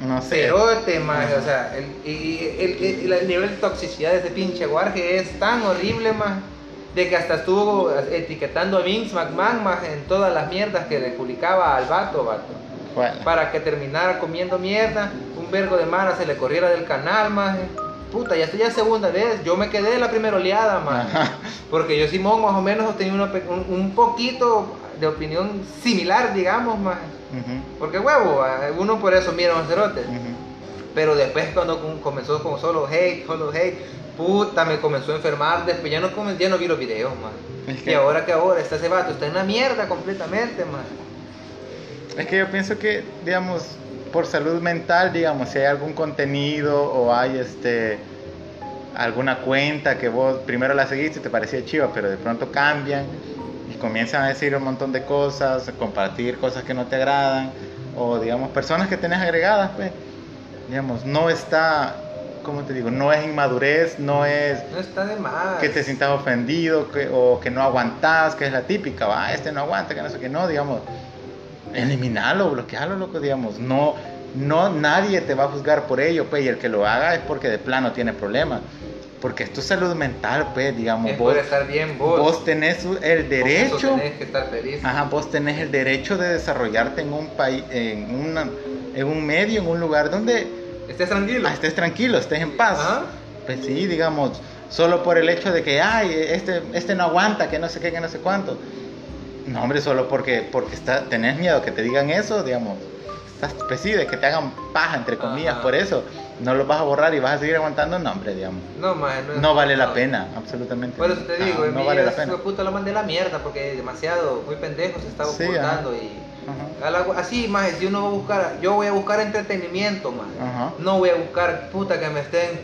Speaker 4: No sé.
Speaker 3: Cerote, maje,
Speaker 4: Ajá.
Speaker 3: o sea, el, y- y- el- el- el nivel de toxicidad de ese pinche guarje es tan horrible, más de que hasta estuvo etiquetando a Vince McMahon, más en todas las mierdas que le publicaba al vato, vato,
Speaker 4: Bueno.
Speaker 3: para que terminara comiendo mierda, un vergo de mara se le corriera del canal, más puta, ya estoy ya segunda vez, yo me quedé la primera oleada, más
Speaker 4: Ajá.
Speaker 3: porque yo Simón más o menos tenía una pe- un, un poquito de opinión similar, digamos, más
Speaker 4: Ujú,
Speaker 3: porque huevo, va, uno por eso mira a un cerote.
Speaker 4: ujú.
Speaker 3: Pero después cuando com- comenzó con solo hate, solo hate, puta, me comenzó a enfermar. Después ya no, comen- ya no vi los videos, man.
Speaker 4: Es que-
Speaker 3: Y ahora que ahora está ese vato, está en la mierda completamente, man.
Speaker 4: Es que yo pienso que, digamos, por salud mental, digamos, si hay algún contenido o hay este alguna cuenta que vos primero la seguiste y te parecía chiva, pero de pronto cambian y comienzan a decir un montón de cosas, a compartir cosas que no te agradan, o digamos, personas que tenés agregadas, pues, digamos, no está, ¿cómo te digo? No es inmadurez, no es
Speaker 3: No está de más.
Speaker 4: que te sientas ofendido que- o que no aguantas, que es la típica, va, este no aguanta, que no sé qué, no, digamos, eliminalo, bloquealo, loco, digamos, no, no, nadie te va a juzgar por ello, pues, y el que lo haga es porque de plano tiene problemas, porque es tu salud mental, pues, digamos,
Speaker 3: Es
Speaker 4: vos,
Speaker 3: por estar bien vos.
Speaker 4: vos tenés el
Speaker 3: Con eso
Speaker 4: derecho,
Speaker 3: Tenés que estar feliz.
Speaker 4: ajá, vos tenés el derecho de desarrollarte en un país, en, una, en un medio, en un lugar donde
Speaker 3: Estés tranquilo.
Speaker 4: ah, estés tranquilo, estés en paz.
Speaker 3: Ajá.
Speaker 4: Pues sí, digamos, solo por el hecho de que, ay, este, este no aguanta, que no sé qué, que no sé cuánto. No, hombre, solo porque, porque está, tenés miedo que te digan eso, digamos. Estás, pues sí, de que te hagan paja, entre comillas,
Speaker 3: Ajá.
Speaker 4: por eso. no los vas a borrar y vas a seguir aguantando, no, hombre, digamos.
Speaker 3: No, mae, no, es-
Speaker 4: No vale la pena, absolutamente.
Speaker 3: Por eso te
Speaker 4: No,
Speaker 3: digo, en
Speaker 4: no
Speaker 3: mí
Speaker 4: vale la
Speaker 3: ese
Speaker 4: pena.
Speaker 3: hijo de puta lo mandé a la mierda porque demasiado, muy pendejo se estaba
Speaker 4: Sí,
Speaker 3: comportando
Speaker 4: ajá.
Speaker 3: y...
Speaker 4: Ajá.
Speaker 3: a la- Así, más si uno va a buscar, yo voy a buscar entretenimiento, más
Speaker 4: Ajá.
Speaker 3: No voy a buscar puta que me estén,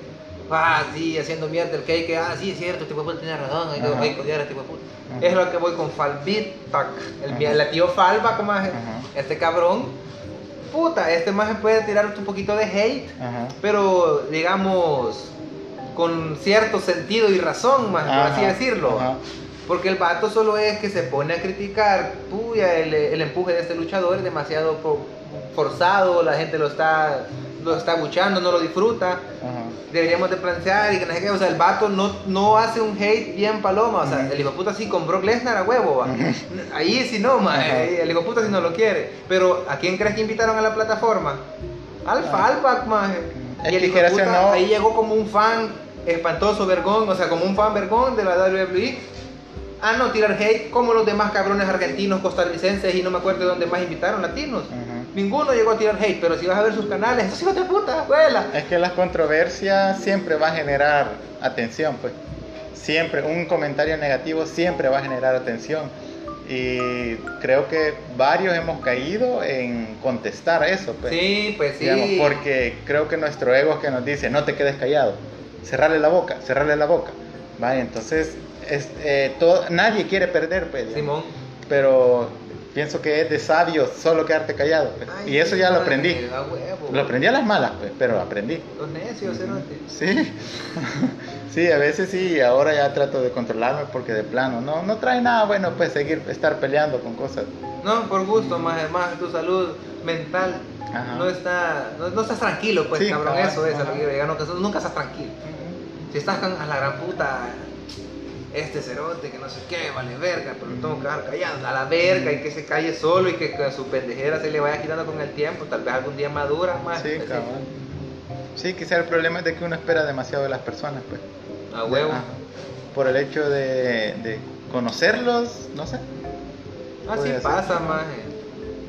Speaker 3: ah, sí, haciendo mierda el cake, que, ah, sí, es cierto, este tipo puta tiene razón, hay que,
Speaker 4: Ajá.
Speaker 3: hay que odiar a este hijo de puta.
Speaker 4: Ajá.
Speaker 3: Es lo que voy con Falbitac, el, mi-
Speaker 4: Ajá.
Speaker 3: el tío Falba, como es,
Speaker 4: Ajá.
Speaker 3: este cabrón. Puta, este más puede tirar un poquito de hate,
Speaker 4: Ajá.
Speaker 3: pero digamos, con cierto sentido y razón, más, por así
Speaker 4: Ajá.
Speaker 3: decirlo.
Speaker 4: Ajá.
Speaker 3: Porque el vato solo es que se pone a criticar, puya, el, el empuje de este luchador es demasiado pro- forzado, la gente lo está lo está buchando, no lo disfruta.
Speaker 4: Ajá.
Speaker 3: Deberíamos de plantear y que no sé qué, o sea, el vato no, no hace un hate bien paloma, o sea,
Speaker 4: Ujú.
Speaker 3: el hijo puta sí con Brock Lesnar a huevo, va. ahí sí no, ma,
Speaker 4: Ajá.
Speaker 3: eh, el hijo puta sí no lo quiere. Pero ¿a quién crees que invitaron a la plataforma? Alfa,
Speaker 4: Ah.
Speaker 3: Alfa, ma.
Speaker 4: Es
Speaker 3: Y el hijo
Speaker 4: que
Speaker 3: de
Speaker 4: quieras o
Speaker 3: puta
Speaker 4: no-
Speaker 3: ahí llegó como un fan espantoso, vergón, o sea, como un fan vergón de la WWE a no tirar hate como los demás cabrones argentinos, costarricenses y no me acuerdo de dónde más invitaron latinos.
Speaker 4: Ajá.
Speaker 3: Ninguno llegó a tirar hate, pero si vas a ver sus canales, esos hijos de puta, abuela.
Speaker 4: Es que las controversias siempre va a generar atención, pues. Siempre, un comentario negativo siempre va a generar atención. Y creo que varios hemos caído en contestar eso, pues.
Speaker 3: Sí, pues sí.
Speaker 4: Digamos, porque creo que nuestro ego es que nos dice, no te quedes callado, cerrarle la boca, cerrarle la boca. Vaya, entonces, es, eh, todo- nadie quiere perder, pues,
Speaker 3: Simón.
Speaker 4: digamos. pero pienso que es de sabio solo quedarte callado. pues. y eso ya lo aprendí.
Speaker 3: A huevo.
Speaker 4: Lo aprendí a las malas, pues, pero aprendí.
Speaker 3: Los necios, ¿eh? cerote.
Speaker 4: Sí, sí, a veces sí, ahora ya trato de controlarme porque de plano, no, no trae nada bueno, pues seguir, estar peleando con cosas.
Speaker 3: No, por gusto, más además tu salud mental
Speaker 4: Ajá.
Speaker 3: no está no, no estás tranquilo, pues
Speaker 4: Sí,
Speaker 3: cabrón,
Speaker 4: cabal,
Speaker 3: eso es, a lo
Speaker 4: ajá.
Speaker 3: que yo digo, nunca, nunca estás tranquilo. Si estás con, a la gran puta, este cerote que no sé qué, vale verga, pero lo tengo que dejar callado, a la verga, y que se calle solo y que, que su pendejera se le vaya quitando con el tiempo, tal vez algún día madura más.
Speaker 4: Sí,
Speaker 3: pues, sí.
Speaker 4: cabrón. Sí, quizá el problema es de que uno espera demasiado de las personas, pues.
Speaker 3: A huevo.
Speaker 4: Ajá. Por el hecho de, de conocerlos, no sé,
Speaker 3: Así
Speaker 4: Puede ser.
Speaker 3: pasa, más. eh.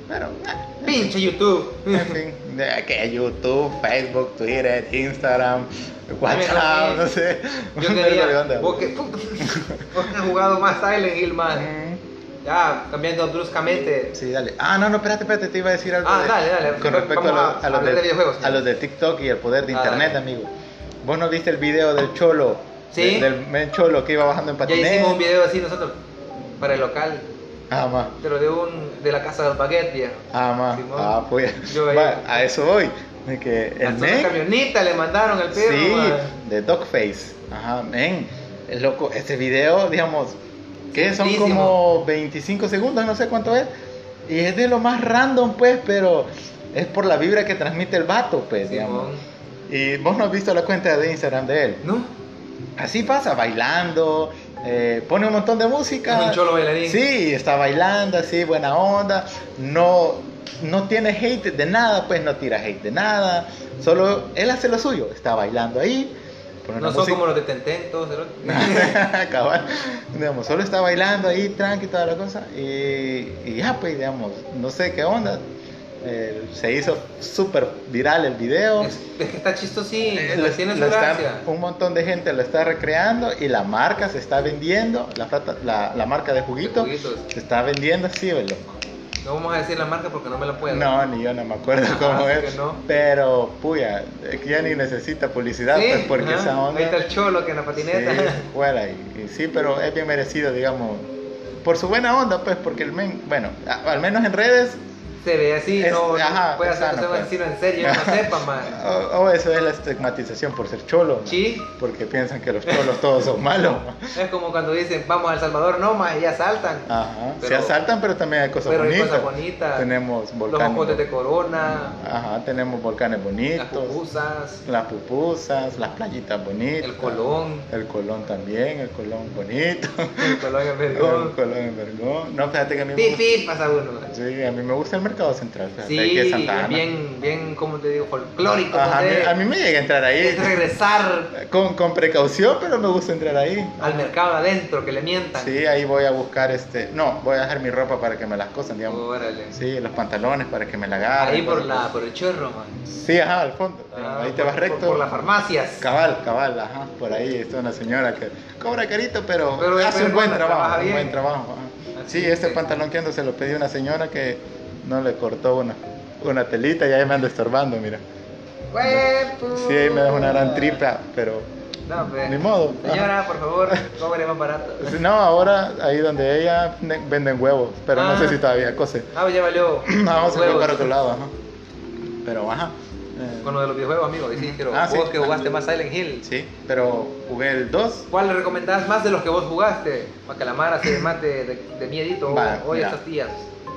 Speaker 4: pero... nah.
Speaker 3: Pinche YouTube.
Speaker 4: En fin, de que YouTube, Facebook, Twitter, Instagram,
Speaker 3: Mira,
Speaker 4: WhatsApp, no sé.
Speaker 3: Yo
Speaker 4: un vergo de
Speaker 3: quería.
Speaker 4: onda.
Speaker 3: Porque, puta, porque he jugado más Silent Hill, más.
Speaker 4: Ujú.
Speaker 3: Ya, cambiando bruscamente.
Speaker 4: Sí, dale. Ah, no, no, espérate, espérate, te iba a decir algo.
Speaker 3: Ah,
Speaker 4: de-
Speaker 3: dale, dale.
Speaker 4: Con respecto a,
Speaker 3: Vamos
Speaker 4: los-
Speaker 3: a
Speaker 4: a los
Speaker 3: hablar de videojuegos,
Speaker 4: a los de TikTok y el poder de
Speaker 3: Ah,
Speaker 4: internet,
Speaker 3: dale.
Speaker 4: amigo. Vos no viste el video del cholo.
Speaker 3: Sí.
Speaker 4: de- del men cholo que iba bajando en
Speaker 3: Ya
Speaker 4: patineta.
Speaker 3: hicimos un video así nosotros. Para el local.
Speaker 4: Ah, ma.
Speaker 3: Pero de un. de la casa del baguette, viejo.
Speaker 4: Ah, ma.
Speaker 3: Simón.
Speaker 4: Ah, pues.
Speaker 3: Yo ahí.
Speaker 4: Va, a eso voy. De que
Speaker 3: Hasta
Speaker 4: el
Speaker 3: una
Speaker 4: men-
Speaker 3: camioneta le mandaron al perro.
Speaker 4: Sí,
Speaker 3: ma.
Speaker 4: de Dogface. Ajá, men. El loco, este video, digamos, que son
Speaker 3: Ciertísimo.
Speaker 4: como 25 segundos, no sé cuánto es. Y es de lo más random, pues, pero es por la vibra que transmite el vato, pues, digamos.
Speaker 3: Simón.
Speaker 4: Y vos no has visto la cuenta de Instagram de él.
Speaker 3: ¿No?
Speaker 4: Así pasa, bailando, eh, pone un montón de música.
Speaker 3: Es un cholo bailarín.
Speaker 4: Sí, está bailando, así, buena onda. No, no tiene hate de nada, pues no tira hate de nada. Solo él hace lo suyo, está bailando ahí. pone
Speaker 3: No
Speaker 4: una
Speaker 3: son
Speaker 4: música-
Speaker 3: como los de Tenten, todos cerotes.
Speaker 4: Cabal. Digamos, solo está bailando ahí, tranqui, toda la cosa. Y, y ya, pues, digamos, no sé qué onda. Eh, se hizo súper viral el video.
Speaker 3: Es, es que está chistosín.
Speaker 4: Eh,
Speaker 3: lo,
Speaker 4: lo-
Speaker 3: tiene su
Speaker 4: lo está-
Speaker 3: gracia.
Speaker 4: un montón de gente lo está recreando y la marca se está vendiendo, la, frata- la, la marca de juguito
Speaker 3: De juguitos.
Speaker 4: se está vendiendo así, ve, loco.
Speaker 3: No vamos a decir la marca porque no me la puedo.
Speaker 4: No, ni yo no me acuerdo
Speaker 3: Ajá,
Speaker 4: cómo
Speaker 3: así
Speaker 4: es,
Speaker 3: Ah, que no.
Speaker 4: pero puya, es que ya ni necesita publicidad
Speaker 3: Sí,
Speaker 4: pues, porque
Speaker 3: ajá.
Speaker 4: esa onda
Speaker 3: Ahí está el cholo que en la patineta.
Speaker 4: sí, fuera y, y sí, pero es bien merecido, digamos, por su buena onda, pues, porque el men, bueno, a- al menos en redes
Speaker 3: Se ve así,
Speaker 4: Es-
Speaker 3: no, no
Speaker 4: ajá,
Speaker 3: puede
Speaker 4: es
Speaker 3: hacer que
Speaker 4: sano,
Speaker 3: sea un
Speaker 4: pues.
Speaker 3: vecino en serio, no sepa, man.
Speaker 4: o, o eso es la estigmatización por ser cholo, man.
Speaker 3: Sí.
Speaker 4: porque piensan que los cholos todos son malos. man.
Speaker 3: Es como cuando dicen, vamos a El Salvador, no, man, y asaltan.
Speaker 4: Ajá. se
Speaker 3: Pero-
Speaker 4: asaltan, pero también hay cosas
Speaker 3: pero hay
Speaker 4: bonitas.
Speaker 3: cosas bonitas.
Speaker 4: pues, Tenemos
Speaker 3: Los
Speaker 4: volcanes.
Speaker 3: mojotes de corona,
Speaker 4: Ajá, tenemos volcanes
Speaker 3: las
Speaker 4: bonitos.
Speaker 3: pupusas,
Speaker 4: las pupusas, las playitas bonitas.
Speaker 3: el colón,
Speaker 4: El colón también, el colón bonito.
Speaker 3: el colón en
Speaker 4: el
Speaker 3: vergón.
Speaker 4: colón en vergón. No, fíjate que a mí me
Speaker 3: Pip,
Speaker 4: gusta.
Speaker 3: pip, pasa uno.
Speaker 4: Sí, a mí me gusta el Mercado Central, fíjate,
Speaker 3: Sí,
Speaker 4: aquí en Santa Ana.
Speaker 3: bien, bien, como te digo, folclórico.
Speaker 4: Ajá, a, mí,
Speaker 3: pues, de-
Speaker 4: a mí me llega a entrar
Speaker 3: es
Speaker 4: ahí
Speaker 3: regresar
Speaker 4: con, con precaución, pero me gusta entrar ahí.
Speaker 3: al mercado adentro, que le mientan.
Speaker 4: Sí, ahí voy a buscar este. No, voy a dejar mi ropa para que me las cosan, digamos.
Speaker 3: Órale.
Speaker 4: Sí, los pantalones para que me la agarren.
Speaker 3: Ahí por, la, por el chorro, man.
Speaker 4: Sí, ajá, al fondo.
Speaker 3: Ah,
Speaker 4: ahí te
Speaker 3: por-
Speaker 4: vas
Speaker 3: por-
Speaker 4: recto.
Speaker 3: Por, las farmacias.
Speaker 4: Cabal, cabal, ajá. Por ahí está una señora que cobra carito, pero,
Speaker 3: Pero es
Speaker 4: hace un buen
Speaker 3: vergüenza, trabaja
Speaker 4: trabajo. Un
Speaker 3: bien.
Speaker 4: buen trabajo. ajá.
Speaker 3: Así
Speaker 4: Sí, este
Speaker 3: que-
Speaker 4: pantalón que ando se lo pedí a una señora que no le cortó una, una telita y ahí me anda estorbando, mira.
Speaker 3: Huepu.
Speaker 4: Sí, ahí me da una gran tripa, pero
Speaker 3: No, pues.
Speaker 4: ni modo. ajá.
Speaker 3: Señora, por favor, cobre más barato.
Speaker 4: No, ahora ahí donde ella ne- venden huevos, pero no sé
Speaker 3: Ah.
Speaker 4: si todavía cose.
Speaker 3: Ah, pues ya valió.
Speaker 4: Vamos a
Speaker 3: Huevos.
Speaker 4: fue para otro lado, ajá. Pero ajá. eh,
Speaker 3: Con lo de los videojuegos, amigo. Y sí, pero
Speaker 4: Ah, sí.
Speaker 3: vos que jugaste más Silent Hill.
Speaker 4: sí, pero jugué el 2.
Speaker 3: ¿Cuál le recomendás más de los que vos jugaste? Para que la Mara se dé más de, de, de miedito
Speaker 4: Va,
Speaker 3: hoy
Speaker 4: mira.
Speaker 3: estos días.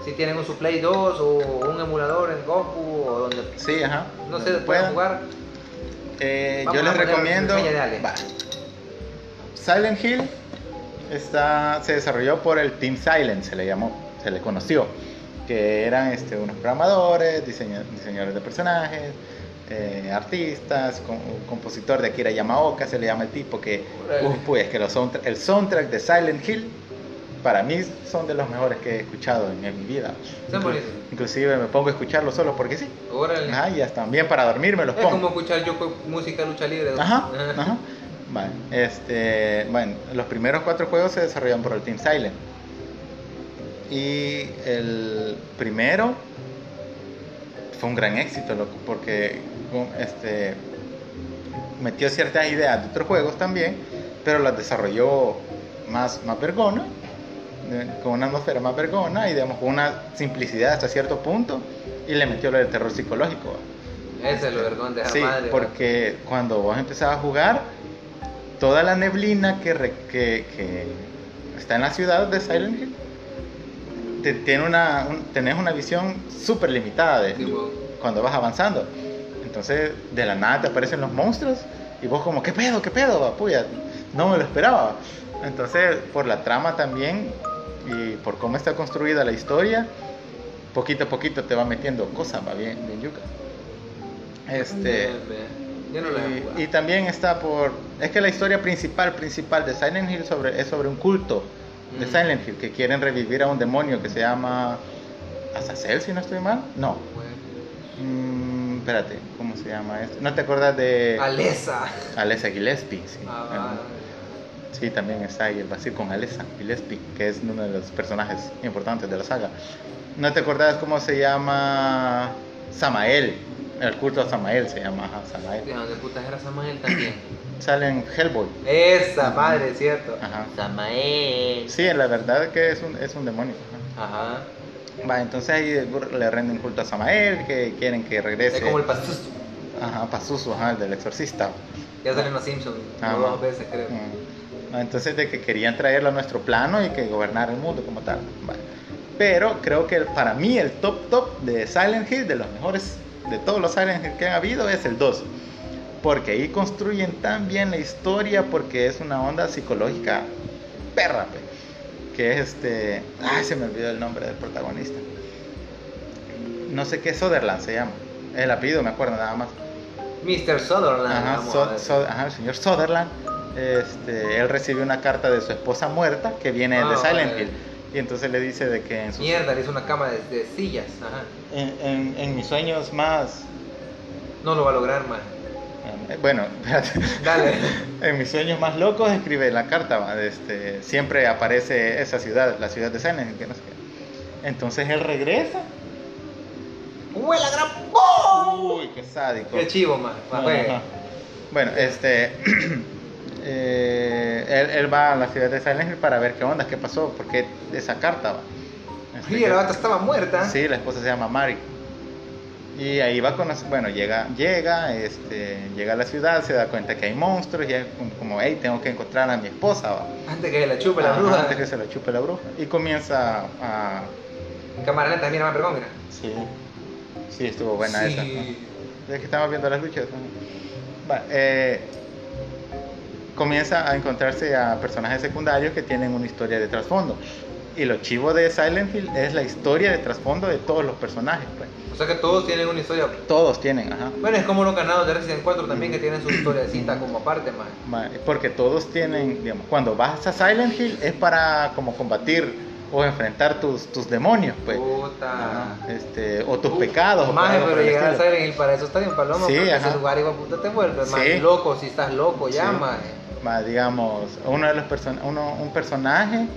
Speaker 3: Si tienen un su Play 2 o un emulador en Goku o donde
Speaker 4: Sí, ajá.
Speaker 3: no se
Speaker 4: Donde
Speaker 3: puedan
Speaker 4: pueda.
Speaker 3: jugar.
Speaker 4: Eh,
Speaker 3: Vamos
Speaker 4: yo
Speaker 3: a
Speaker 4: les
Speaker 3: poner
Speaker 4: recomiendo.
Speaker 3: reseña de Ale.
Speaker 4: Va. Silent Hill está, se desarrolló por el Team Silent, se le llamó, se le conoció, que eran este, unos programadores, diseña- diseñadores de personajes, eh, artistas, con- un compositor de Akira Yamaoka, se le llama el tipo que,
Speaker 3: Órale.
Speaker 4: uf, pues que los soundtra- el soundtrack de Silent Hill para mí son de los mejores que he escuchado en, en mi vida.
Speaker 3: Son bonitos.
Speaker 4: Inclusive me pongo a escucharlo solo porque sí.
Speaker 3: Órale.
Speaker 4: Ajá, y hasta también para dormir me los
Speaker 3: es
Speaker 4: pongo.
Speaker 3: como escuchar yo con música lucha libre. ¿no?
Speaker 4: Ajá, ajá. Bueno, este, bueno, los primeros cuatro juegos se desarrollan por el Team Silent. Y el primero fue un gran éxito, loco, porque um, este, metió ciertas ideas de otros juegos también, pero las desarrolló más, más vergona, de- con una atmósfera más vergona y digamos con una simplicidad hasta cierto punto, y le metió lo del terror psicológico. ¿va?
Speaker 3: Ese es lo vergón de esa
Speaker 4: Sí,
Speaker 3: madre.
Speaker 4: porque cuando vos empezabas a jugar, toda la neblina que, re- que, que está en la ciudad de Silent Hill, te, tiene una, un- tenés una visión súper limitada de,
Speaker 3: Sí, vos.
Speaker 4: cuando vas avanzando. Entonces, de la nada te aparecen los monstruos y vos como, ¿qué pedo? ¿Qué pedo? va? Puya, no me lo esperaba. Entonces, por la trama también y por cómo está construida la historia, poquito a poquito te va metiendo cosas, va bien, bien yuca. Este,
Speaker 3: Ve, Yo no lo he jugado.
Speaker 4: y, y también está por... Es que la historia principal, principal de Silent Hill sobre, es sobre un culto de
Speaker 3: Mm.
Speaker 4: Silent Hill que quieren revivir a un demonio que se llama... Azazel, si no estoy mal. No, Mm, espérate, ¿cómo se llama esto? ¿No te acuerdas de
Speaker 3: Alesa.
Speaker 4: Alessa Gillespie? Sí,
Speaker 3: Ah,
Speaker 4: Ajá. Sí, también está ahí el vacío con Alessa Gillespie, que es uno de los personajes importantes de la saga. ¿No te acordás cómo se llama Samael? El culto a Samael se llama, ajá,
Speaker 3: va.
Speaker 4: Samael.
Speaker 3: Mira, ¿Dónde putas era Samael también?
Speaker 4: Sale en Hellboy.
Speaker 3: Esa madre, ¿cierto?
Speaker 4: Ajá.
Speaker 3: Samael.
Speaker 4: Sí, la verdad que es un, es un demonio. ajá.
Speaker 3: Ajá.
Speaker 4: Va, entonces ahí le renden culto a Samael, que quieren que regrese.
Speaker 3: Es como el pastuso.
Speaker 4: Ajá, Pazuzu, ajá, el del exorcista.
Speaker 3: Ya salen los Simpsons,
Speaker 4: Ah,
Speaker 3: como
Speaker 4: bueno.
Speaker 3: dos veces creo.
Speaker 4: Mm. Ah, Entonces de que querían traerlo a nuestro plano y que gobernara el mundo como tal. Vale. Pero creo que para mí el top top de Silent Hill, de los mejores de todos los Silent Hill que han habido, es el 2. Porque ahí construyen tan bien la historia porque es una onda psicológica perra. pe. Que es este... Ay, se me olvidó el nombre del protagonista. No sé qué Soderland se llama. El apellido me acuerdo nada más.
Speaker 3: Mr. Sutherland.
Speaker 4: Ajá,
Speaker 3: vamos
Speaker 4: So-
Speaker 3: a ver.
Speaker 4: So- ajá, el señor Sutherland, este, él recibe una carta de su esposa muerta que viene
Speaker 3: Ah,
Speaker 4: de Silent
Speaker 3: vale.
Speaker 4: Hill. Y entonces le dice de que en, sus-
Speaker 3: Mierda, le hizo una cama de, de sillas. Ajá.
Speaker 4: en- en- en mis sueños más...
Speaker 3: No lo va a lograr más.
Speaker 4: eh, Bueno, espérate.
Speaker 3: Dale.
Speaker 4: en mis sueños más locos escribe la carta, va, este, siempre aparece esa ciudad, la ciudad de Silent Hill. que no sé qué. Entonces él regresa.
Speaker 3: ¡Uy, la gran ¡Oh!
Speaker 4: Uy, qué sádico.
Speaker 3: Qué chivo, más.
Speaker 4: Ajá, ajá. Bueno, este. eh, él, él va a la ciudad de Silent Hill para ver qué onda, qué pasó, por qué esa carta va. Este,
Speaker 3: Sí, la bata estaba muerta.
Speaker 4: sí, la esposa se llama Mari. Y ahí va con las- Bueno, llega, llega, este, llega a la ciudad, se da cuenta que hay monstruos y es como- como, hey, tengo que encontrar a mi esposa, va.
Speaker 3: Antes que la chupe la
Speaker 4: Ajá,
Speaker 3: bruja.
Speaker 4: Antes que se la chupe la bruja. Y comienza a.
Speaker 3: Cámara lenta, mira más perdón, mira.
Speaker 4: Sí. Sí, estuvo buena
Speaker 3: sí.
Speaker 4: esa. ajá. Es que estamos viendo las luchas. ¿no? Va, eh, comienza a encontrarse a personajes secundarios que tienen una historia de trasfondo. Y lo chivo de Silent Hill es la historia de trasfondo de todos los personajes. pues.
Speaker 3: O sea que todos tienen una historia.
Speaker 4: Todos tienen, ajá.
Speaker 3: Bueno, es como los ganados de Resident 4 también que tienen su historiacita como aparte, más.
Speaker 4: Ma- Porque todos tienen, digamos, cuando vas a Silent Hill es para como combatir o enfrentar tus, tus demonios, pues.
Speaker 3: Oh, Puta.
Speaker 4: Ajá, este, o tus pecados. o por
Speaker 3: Maje,
Speaker 4: algo
Speaker 3: pero
Speaker 4: por el
Speaker 3: ah. llegar a
Speaker 4: estilo.
Speaker 3: Silent Hill para eso está bien, Paloma.
Speaker 4: Sí,
Speaker 3: porque
Speaker 4: ajá.
Speaker 3: ese lugar igual puta te vuelve,
Speaker 4: Sí.
Speaker 3: más loco si estás loco ya,
Speaker 4: Sí.
Speaker 3: maje.
Speaker 4: Ma, digamos, uno de los person uno, un personaje,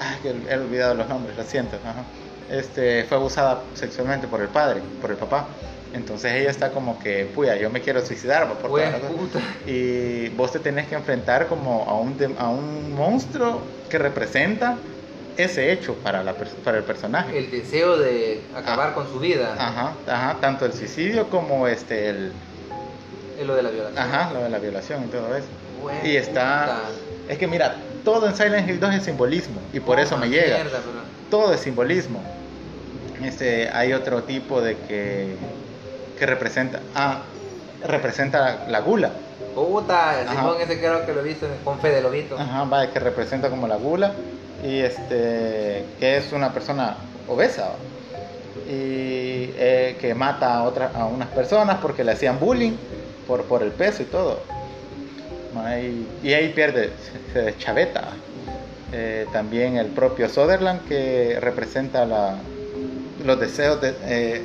Speaker 4: ah, que he olvidado los nombres, lo siento, ajá. este, fue abusada sexualmente por el padre, por el papá. Entonces ella está como que, puya, yo me quiero suicidar. Por
Speaker 3: Güey,
Speaker 4: todas las cosas".
Speaker 3: puta.
Speaker 4: Y vos te tenés que enfrentar como a un, dem- a un monstruo que representa ese hecho para, la pers- para el personaje.
Speaker 3: El deseo de
Speaker 4: Ah.
Speaker 3: acabar con su vida,
Speaker 4: Ajá, ajá, tanto el suicidio como este, el,
Speaker 3: es lo de la violación.
Speaker 4: ajá, lo de la violación y todo eso.
Speaker 3: Güey,
Speaker 4: Ah. Y está-
Speaker 3: puta.
Speaker 4: Es que mira, todo en Silent Hill 2 es simbolismo y por eso me
Speaker 3: Una
Speaker 4: llega.
Speaker 3: mierda, pero-
Speaker 4: Todo es simbolismo. Este, hay otro tipo de que que representa ah, representa la gula.
Speaker 3: Puta, el
Speaker 4: Ajá.
Speaker 3: Simón ese creo que lo he visto con Fede Lobito.
Speaker 4: Ajá, va, que representa como la gula y este que es una persona obesa ¿va? y eh, que mata a otras a unas personas porque le hacían bullying por por el peso y todo. Ma, Y, y ahí pierde, se- se deschaveta. Eh, también el propio Sutherland que representa la, los deseos de... eh,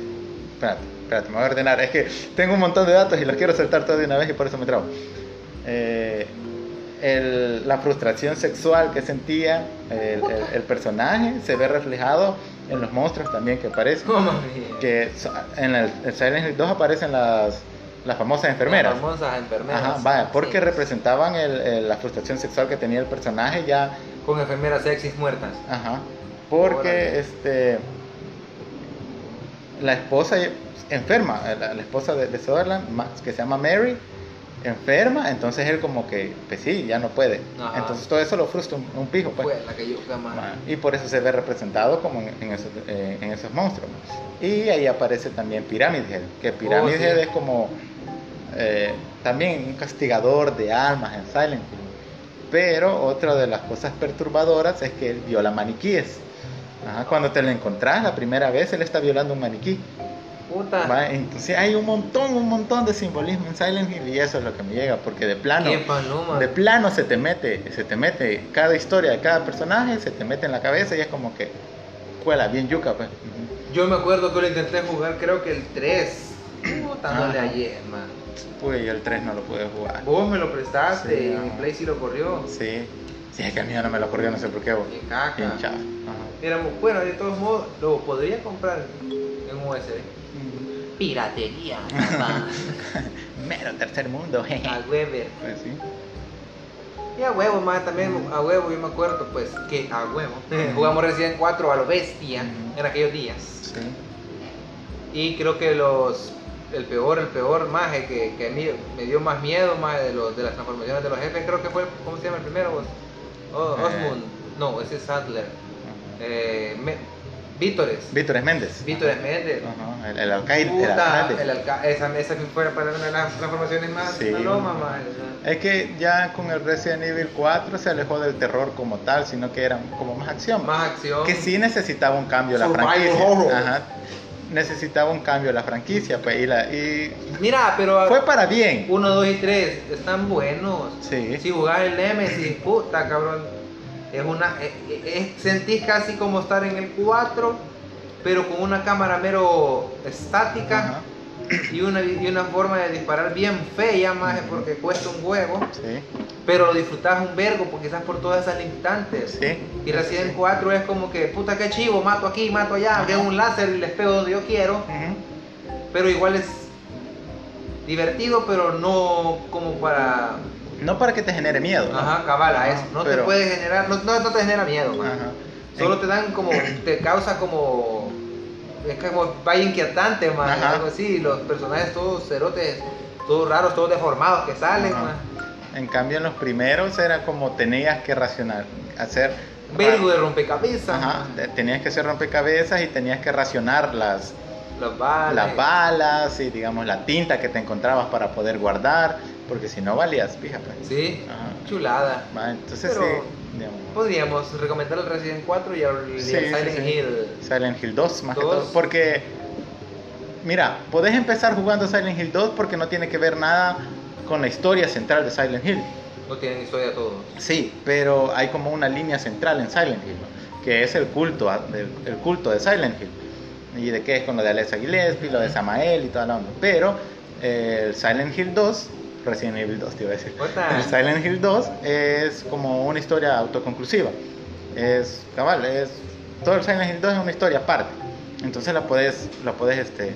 Speaker 4: espérate, espérate, me voy a ordenar. Es que tengo un montón de datos y los quiero saltar todos de una vez y por eso me trago. Eh, el- la frustración sexual que sentía el, el- el personaje se ve reflejado en los monstruos también que aparecen.
Speaker 3: No mami.
Speaker 4: Que so- en el, en Silent Hill 2 aparecen las, las famosas enfermeras.
Speaker 3: Las famosas enfermeras.
Speaker 4: Ajá, vaya, porque
Speaker 3: Sí.
Speaker 4: representaban el- el- la frustración sexual que tenía el personaje ya,
Speaker 3: Con enfermeras sexys muertas.
Speaker 4: ajá, porque
Speaker 3: Órale.
Speaker 4: este la esposa enferma, eh, la, la esposa de, de Sutherland, ma- que se llama Mary, enferma, entonces él como que, pues sí, ya no puede,
Speaker 3: Ajá.
Speaker 4: entonces todo eso lo frustra un, un pijo, pues.
Speaker 3: Fue la que yo jamás.
Speaker 4: Ma, Y por eso se ve representado como en, en esos, eh, en esos monstruos. Y ahí aparece también Pyramid Head, que Pyramid
Speaker 3: Oh, sí.
Speaker 4: Head es como eh, también un castigador de almas en Silent Hill. Pero otra de las cosas perturbadoras es que él viola maniquíes. Ajá, cuando te lo encontrás la primera vez, él está violando un maniquí.
Speaker 3: Puta.
Speaker 4: Va, Entonces hay un montón, un montón de simbolismo en Silent Hill y eso es lo que me llega, porque de plano...
Speaker 3: Qué paloma.
Speaker 4: ah, De plano se te mete, se te mete cada historia de cada personaje, se te mete en la cabeza y es como que cuela bien yuca, pues. Ujú.
Speaker 3: Yo me acuerdo que lo intenté jugar, creo que el 3. Puta, no le
Speaker 4: Ajá.
Speaker 3: hallé, man.
Speaker 4: Uy, yo el 3 no lo pude jugar.
Speaker 3: Vos me lo prestaste
Speaker 4: Sí, ah.
Speaker 3: y
Speaker 4: ajá.
Speaker 3: mi play sí lo corrió.
Speaker 4: Sí, sí, es que a mí ya no me lo ocurrió, no sé por qué, vos.
Speaker 3: Qué
Speaker 4: Bien
Speaker 3: caca.
Speaker 4: chafa. Ajá.
Speaker 3: Era muy bueno, de todos modos, lo podría comprar en USB.
Speaker 4: Mm.
Speaker 1: Piratería, papá.
Speaker 4: Mero tercer mundo, jeje.
Speaker 3: A Weber.
Speaker 4: Pues sí.
Speaker 3: Y a huevo, más también a huevo, yo me acuerdo, pues, que a huevo. Jugamos Resident 4 a lo bestia
Speaker 4: Ujú.
Speaker 3: en aquellos días.
Speaker 4: Sí.
Speaker 3: Y creo que los. El peor, el peor maje que, que a mí me dio más miedo, maje, de, los, de las transformaciones de los jefes, creo que fue, ¿cómo se llama el primero? vos? O-
Speaker 4: Eh.
Speaker 3: Osmund. No, ese es Sadler.
Speaker 4: Ajá.
Speaker 3: Eh, me- Vítores.
Speaker 4: Víctor Méndez.
Speaker 3: Víctor
Speaker 4: Ajá.
Speaker 3: Méndez.
Speaker 4: Ajá, El, el alcaide. Ah. el
Speaker 3: Puta,
Speaker 4: alcalde.
Speaker 3: el alca- esa, esa fue para una de las transformaciones más
Speaker 4: Sí.
Speaker 3: paloma, maje, o sea.
Speaker 4: Es que ya con el Resident Evil 4 se alejó del terror como tal, sino que era como más acción.
Speaker 3: Más acción.
Speaker 4: que sí necesitaba un cambio la
Speaker 3: Survival horror.
Speaker 4: franquicia. Ajá. Necesitaba un cambio la franquicia, pues, y, la- y
Speaker 3: Mira, pero
Speaker 4: fue para bien.
Speaker 3: 1, 2 y 3 están buenos.
Speaker 4: Sí.
Speaker 3: Si jugás el Nemesis, puta cabrón. Es una. eh, eh, es- sentís casi como estar en el 4, pero con una cámara mero estática
Speaker 4: Ajá,
Speaker 3: y una, y una forma de disparar bien fea, más porque cuesta un huevo.
Speaker 4: sí,
Speaker 3: Pero lo disfrutás un vergo, porque quizás por todas esas limitantes.
Speaker 4: sí.
Speaker 3: Y Resident 4 es como que, puta que chivo, mato aquí, mato allá,
Speaker 4: Ajá.
Speaker 3: veo un láser y les pego donde yo quiero.
Speaker 4: Ujú.
Speaker 3: Pero igual es divertido, pero no como para.
Speaker 4: No para que te genere miedo. ¿no?
Speaker 3: Ajá, cabala,
Speaker 4: Ajá,
Speaker 3: eso. No te
Speaker 4: pero-
Speaker 3: puede generar, no, no, no te genera miedo, man.
Speaker 4: Ajá.
Speaker 3: Solo te dan como, te causa como. Es como vaya inquietante, man.
Speaker 4: Ajá.
Speaker 3: Algo así, los personajes todos cerotes, todos raros, todos deformados que salen,
Speaker 4: Ajá.
Speaker 3: man.
Speaker 4: En cambio, en los primeros era como tenías que racionar, hacer.
Speaker 3: Un vergo de rompecabezas,
Speaker 4: Ajá,
Speaker 3: man.
Speaker 4: te- tenías que hacer rompecabezas y tenías que racionar las,
Speaker 3: las balas.
Speaker 4: las balas y, digamos, la tinta que te encontrabas para poder guardar, porque si no valías, fíjate.
Speaker 3: Sí,
Speaker 4: Ajá.
Speaker 3: chulada.
Speaker 4: Va, Entonces
Speaker 3: Pero-
Speaker 4: sí, digamos.
Speaker 3: Podríamos recomendar el Resident 4 y el, y el
Speaker 4: Sí, sí,
Speaker 3: Silent
Speaker 4: sí.
Speaker 3: Hill.
Speaker 4: Silent Hill 2, más que
Speaker 3: Dos.
Speaker 4: todo. Porque, mira, podés empezar jugando Silent Hill 2 porque no tiene que ver nada con la historia central de Silent Hill.
Speaker 3: No tienen historia todos.
Speaker 4: Sí, pero hay como una línea central en Silent Hill, ¿no? que es el culto, a- el, el culto de Silent Hill. Y de qué es con lo de Alexa Gillespie, lo de Samael y toda la onda. Pero eh, el Silent Hill 2, Resident Evil 2 te iba a decir.
Speaker 3: Puta.
Speaker 4: El Silent Hill 2 es como una historia autoconclusiva. Es, cabal, es, todo el Silent Hill 2 es una historia aparte. Entonces la puedes, la puedes, este,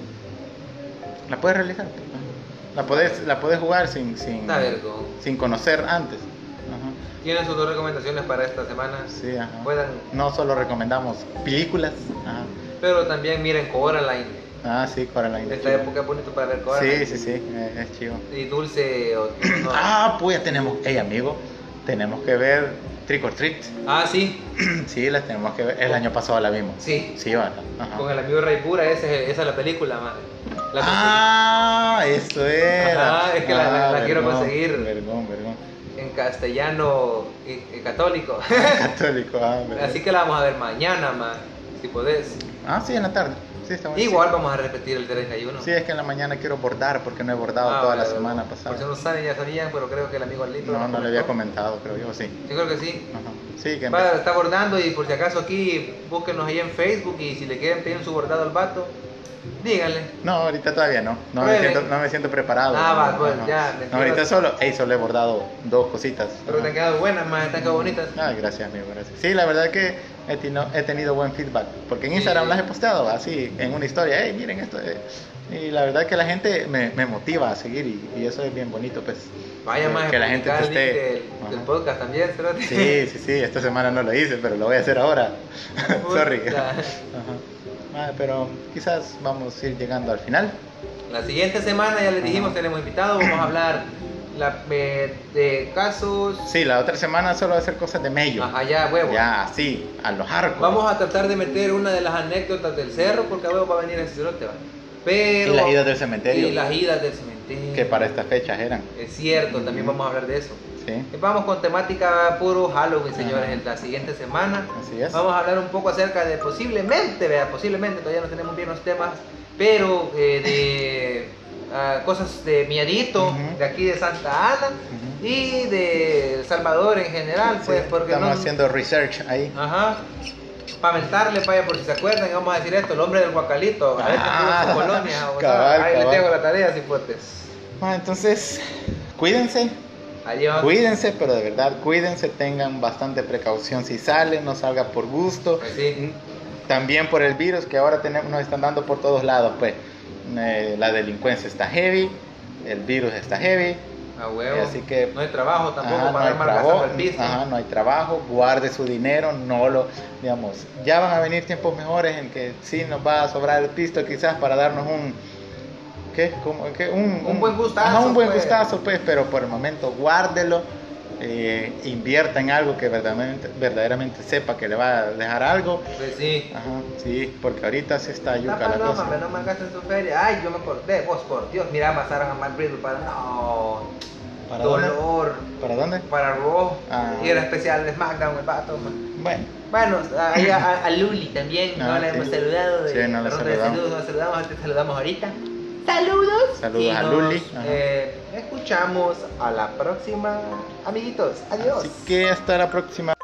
Speaker 4: la puedes realizar. pues, ¿no? La puedes, la puedes jugar sin, sin,
Speaker 3: Está vergo.
Speaker 4: sin conocer antes. Ajá.
Speaker 3: Tienen sus dos recomendaciones para esta semana.
Speaker 4: Sí, ajá.
Speaker 3: Puedan.
Speaker 4: No solo recomendamos películas. Ajá.
Speaker 3: Pero también miren Coraline.
Speaker 4: Ah, sí, Coraline.
Speaker 3: Esta época es bonito para ver Coraline.
Speaker 4: Sí, sí, sí, eh, es chido.
Speaker 3: Y dulce o no.
Speaker 4: Ah, pues ya tenemos, hey amigo, tenemos que ver Trick or Treat.
Speaker 3: Ah, sí.
Speaker 4: Sí, la tenemos que ver. El año pasado la vimos.
Speaker 3: Sí.
Speaker 4: Sí, ¿verdad? Ajá.
Speaker 3: Con el amigo Ray Pura, ese- esa es la película, madre. La
Speaker 4: ah, eso era. Ah,
Speaker 3: Ajá, es que la- la- la quiero
Speaker 4: vergón,
Speaker 3: conseguir.
Speaker 4: Vergón, vergón.
Speaker 3: conseguí en castellano y, y católico.
Speaker 4: Católico, ah, vergón.
Speaker 3: Así que la vamos a ver mañana, más si podés.
Speaker 4: Ah, sí, en la tarde. Sí, está bueno.
Speaker 3: Igual vamos a repetir el 31.
Speaker 4: Sí, es que en la mañana quiero bordar porque no he bordado
Speaker 3: Ah,
Speaker 4: toda
Speaker 3: bueno,
Speaker 4: la semana
Speaker 3: Por si
Speaker 4: pasada.
Speaker 3: no saben, ya sabían, pero creo que el amigo Alito.
Speaker 4: No,
Speaker 3: nos
Speaker 4: no le había
Speaker 3: comentó.
Speaker 4: comentado, creo yo, sí.
Speaker 3: Yo creo que sí.
Speaker 4: Ajá. Sí, que
Speaker 3: Va, está bordando y por si acaso aquí búsquenos ahí en Facebook y si le quieren pedir su bordado al vato, díganle.
Speaker 4: No, ahorita todavía no. No me,
Speaker 3: Pruebe.
Speaker 4: siento, no me siento preparado.
Speaker 3: Ah, va,
Speaker 4: No,
Speaker 3: bueno,
Speaker 4: no.
Speaker 3: ya,
Speaker 4: No,
Speaker 3: mentira.
Speaker 4: ahorita solo, hey, solo he bordado dos cositas.
Speaker 3: Pero te han quedado buenas, más, te han quedado bonitas.
Speaker 4: Ah, gracias, amigo, gracias. Sí, la verdad que he, tino- he tenido buen feedback. Porque en
Speaker 3: Sí.
Speaker 4: Instagram las he posteado así, en una historia. Hey, miren esto. eh". Y la verdad que la gente me, me motiva a seguir y, y eso es bien bonito, pues.
Speaker 3: Vaya
Speaker 4: Que-
Speaker 3: más
Speaker 4: que la gente te esté.
Speaker 3: Del, del
Speaker 4: Ajá.
Speaker 3: podcast también, espérate.
Speaker 4: Sí, sí, sí, esta semana no lo hice, pero lo voy a hacer ahora. Sorry.
Speaker 3: Puta.
Speaker 4: Ajá. Ah, pero quizás vamos a ir llegando al final.
Speaker 3: La siguiente semana ya les dijimos,
Speaker 4: Ajá.
Speaker 3: tenemos invitado, vamos a hablar la- eh, de casos
Speaker 4: Sí, la otra semana solo va a hacer cosas de mello.
Speaker 3: Ajá, ya, huevo.
Speaker 4: Ya, así, a los arcos.
Speaker 3: Vamos a tratar de meter una de las anécdotas del cerro porque a huevo va a venir el cerote, va. Pero
Speaker 4: Y las idas del cementerio.
Speaker 3: Y las idas del cementerio.
Speaker 4: Que para estas fechas eran.
Speaker 3: Es cierto, también
Speaker 4: Ujú.
Speaker 3: vamos a hablar de eso. Eh,
Speaker 4: Sí.
Speaker 3: Vamos con temática puro Halloween, señores,
Speaker 4: Ajá.
Speaker 3: en la siguiente semana.
Speaker 4: Así es.
Speaker 3: Vamos a hablar un poco acerca de posiblemente, vea, posiblemente, todavía no tenemos bien los temas, pero eh, de ah, cosas de miedito,
Speaker 4: Ujú.
Speaker 3: de aquí de Santa Ana
Speaker 4: Ujú.
Speaker 3: y de El Salvador en general, pues,
Speaker 4: Sí,
Speaker 3: porque
Speaker 4: estamos
Speaker 3: no...
Speaker 4: haciendo research ahí.
Speaker 3: Ajá. Paventarle, vaya, por si se acuerdan, vamos a decir esto, el hombre del guacalito, a ver qué tuvo en
Speaker 4: Ah,
Speaker 3: su colonia. o
Speaker 4: cabal,
Speaker 3: sea, Ahí les
Speaker 4: cabal.
Speaker 3: dejo la tarea, cipotes.
Speaker 4: Ah, entonces, cuídense.
Speaker 3: Ahí va.
Speaker 4: Cuídense, pero de verdad, cuídense, tengan bastante precaución si salen, no salga por gusto.
Speaker 3: Pues sí.
Speaker 4: También por el virus que ahora tenemos, nos están dando por todos lados, pues. Eh, la delincuencia está heavy, el virus está heavy.
Speaker 3: A huevo.
Speaker 4: Así que-
Speaker 3: no hay trabajo tampoco
Speaker 4: Ajá, Ah, no
Speaker 3: para
Speaker 4: hay
Speaker 3: armar
Speaker 4: trabajo,
Speaker 3: casa al piso.
Speaker 4: ajá, no hay trabajo, guarde su dinero, no lo, digamos, ya van a venir tiempos mejores en que sí nos va a sobrar el pisto quizás para darnos un, ¿qué? Como que un,
Speaker 3: Un buen gustazo,
Speaker 4: ajá, un buen
Speaker 3: pues.
Speaker 4: gustazo, pues, pero por el momento guárdelo, eh, invierta en algo que verdaderamente, verdaderamente sepa que le va a dejar algo,
Speaker 3: Pues sí.
Speaker 4: ajá, sí, porque ahorita sí está
Speaker 3: La
Speaker 4: yuca la
Speaker 3: paloma,
Speaker 4: cosa.
Speaker 3: me no me gasten su feria. Ay, yo me acordé, vos por Dios, mira, pasaron a Matt Riddle para. No.
Speaker 4: ¿Para dónde?
Speaker 3: dolor.
Speaker 4: ¿Para dónde?
Speaker 3: Para Raw.
Speaker 4: Ah.
Speaker 3: Y era especial de SmackDown, el vato. ma.
Speaker 4: Bueno,
Speaker 3: Bueno, ahí a, a, a Luli también, no
Speaker 4: Ah,
Speaker 3: la hemos
Speaker 4: sí.
Speaker 3: saludado. De,
Speaker 4: Sí, no la
Speaker 3: la ronda de
Speaker 4: saludamos.
Speaker 3: Saludos, nos saludamos, te saludamos ahorita. Saludos.
Speaker 4: Saludos
Speaker 3: Y
Speaker 4: a
Speaker 3: nos,
Speaker 4: Luli. Ajá.
Speaker 3: eh, escuchamos a la próxima, amiguitos. Adiós.
Speaker 4: así que hasta la próxima.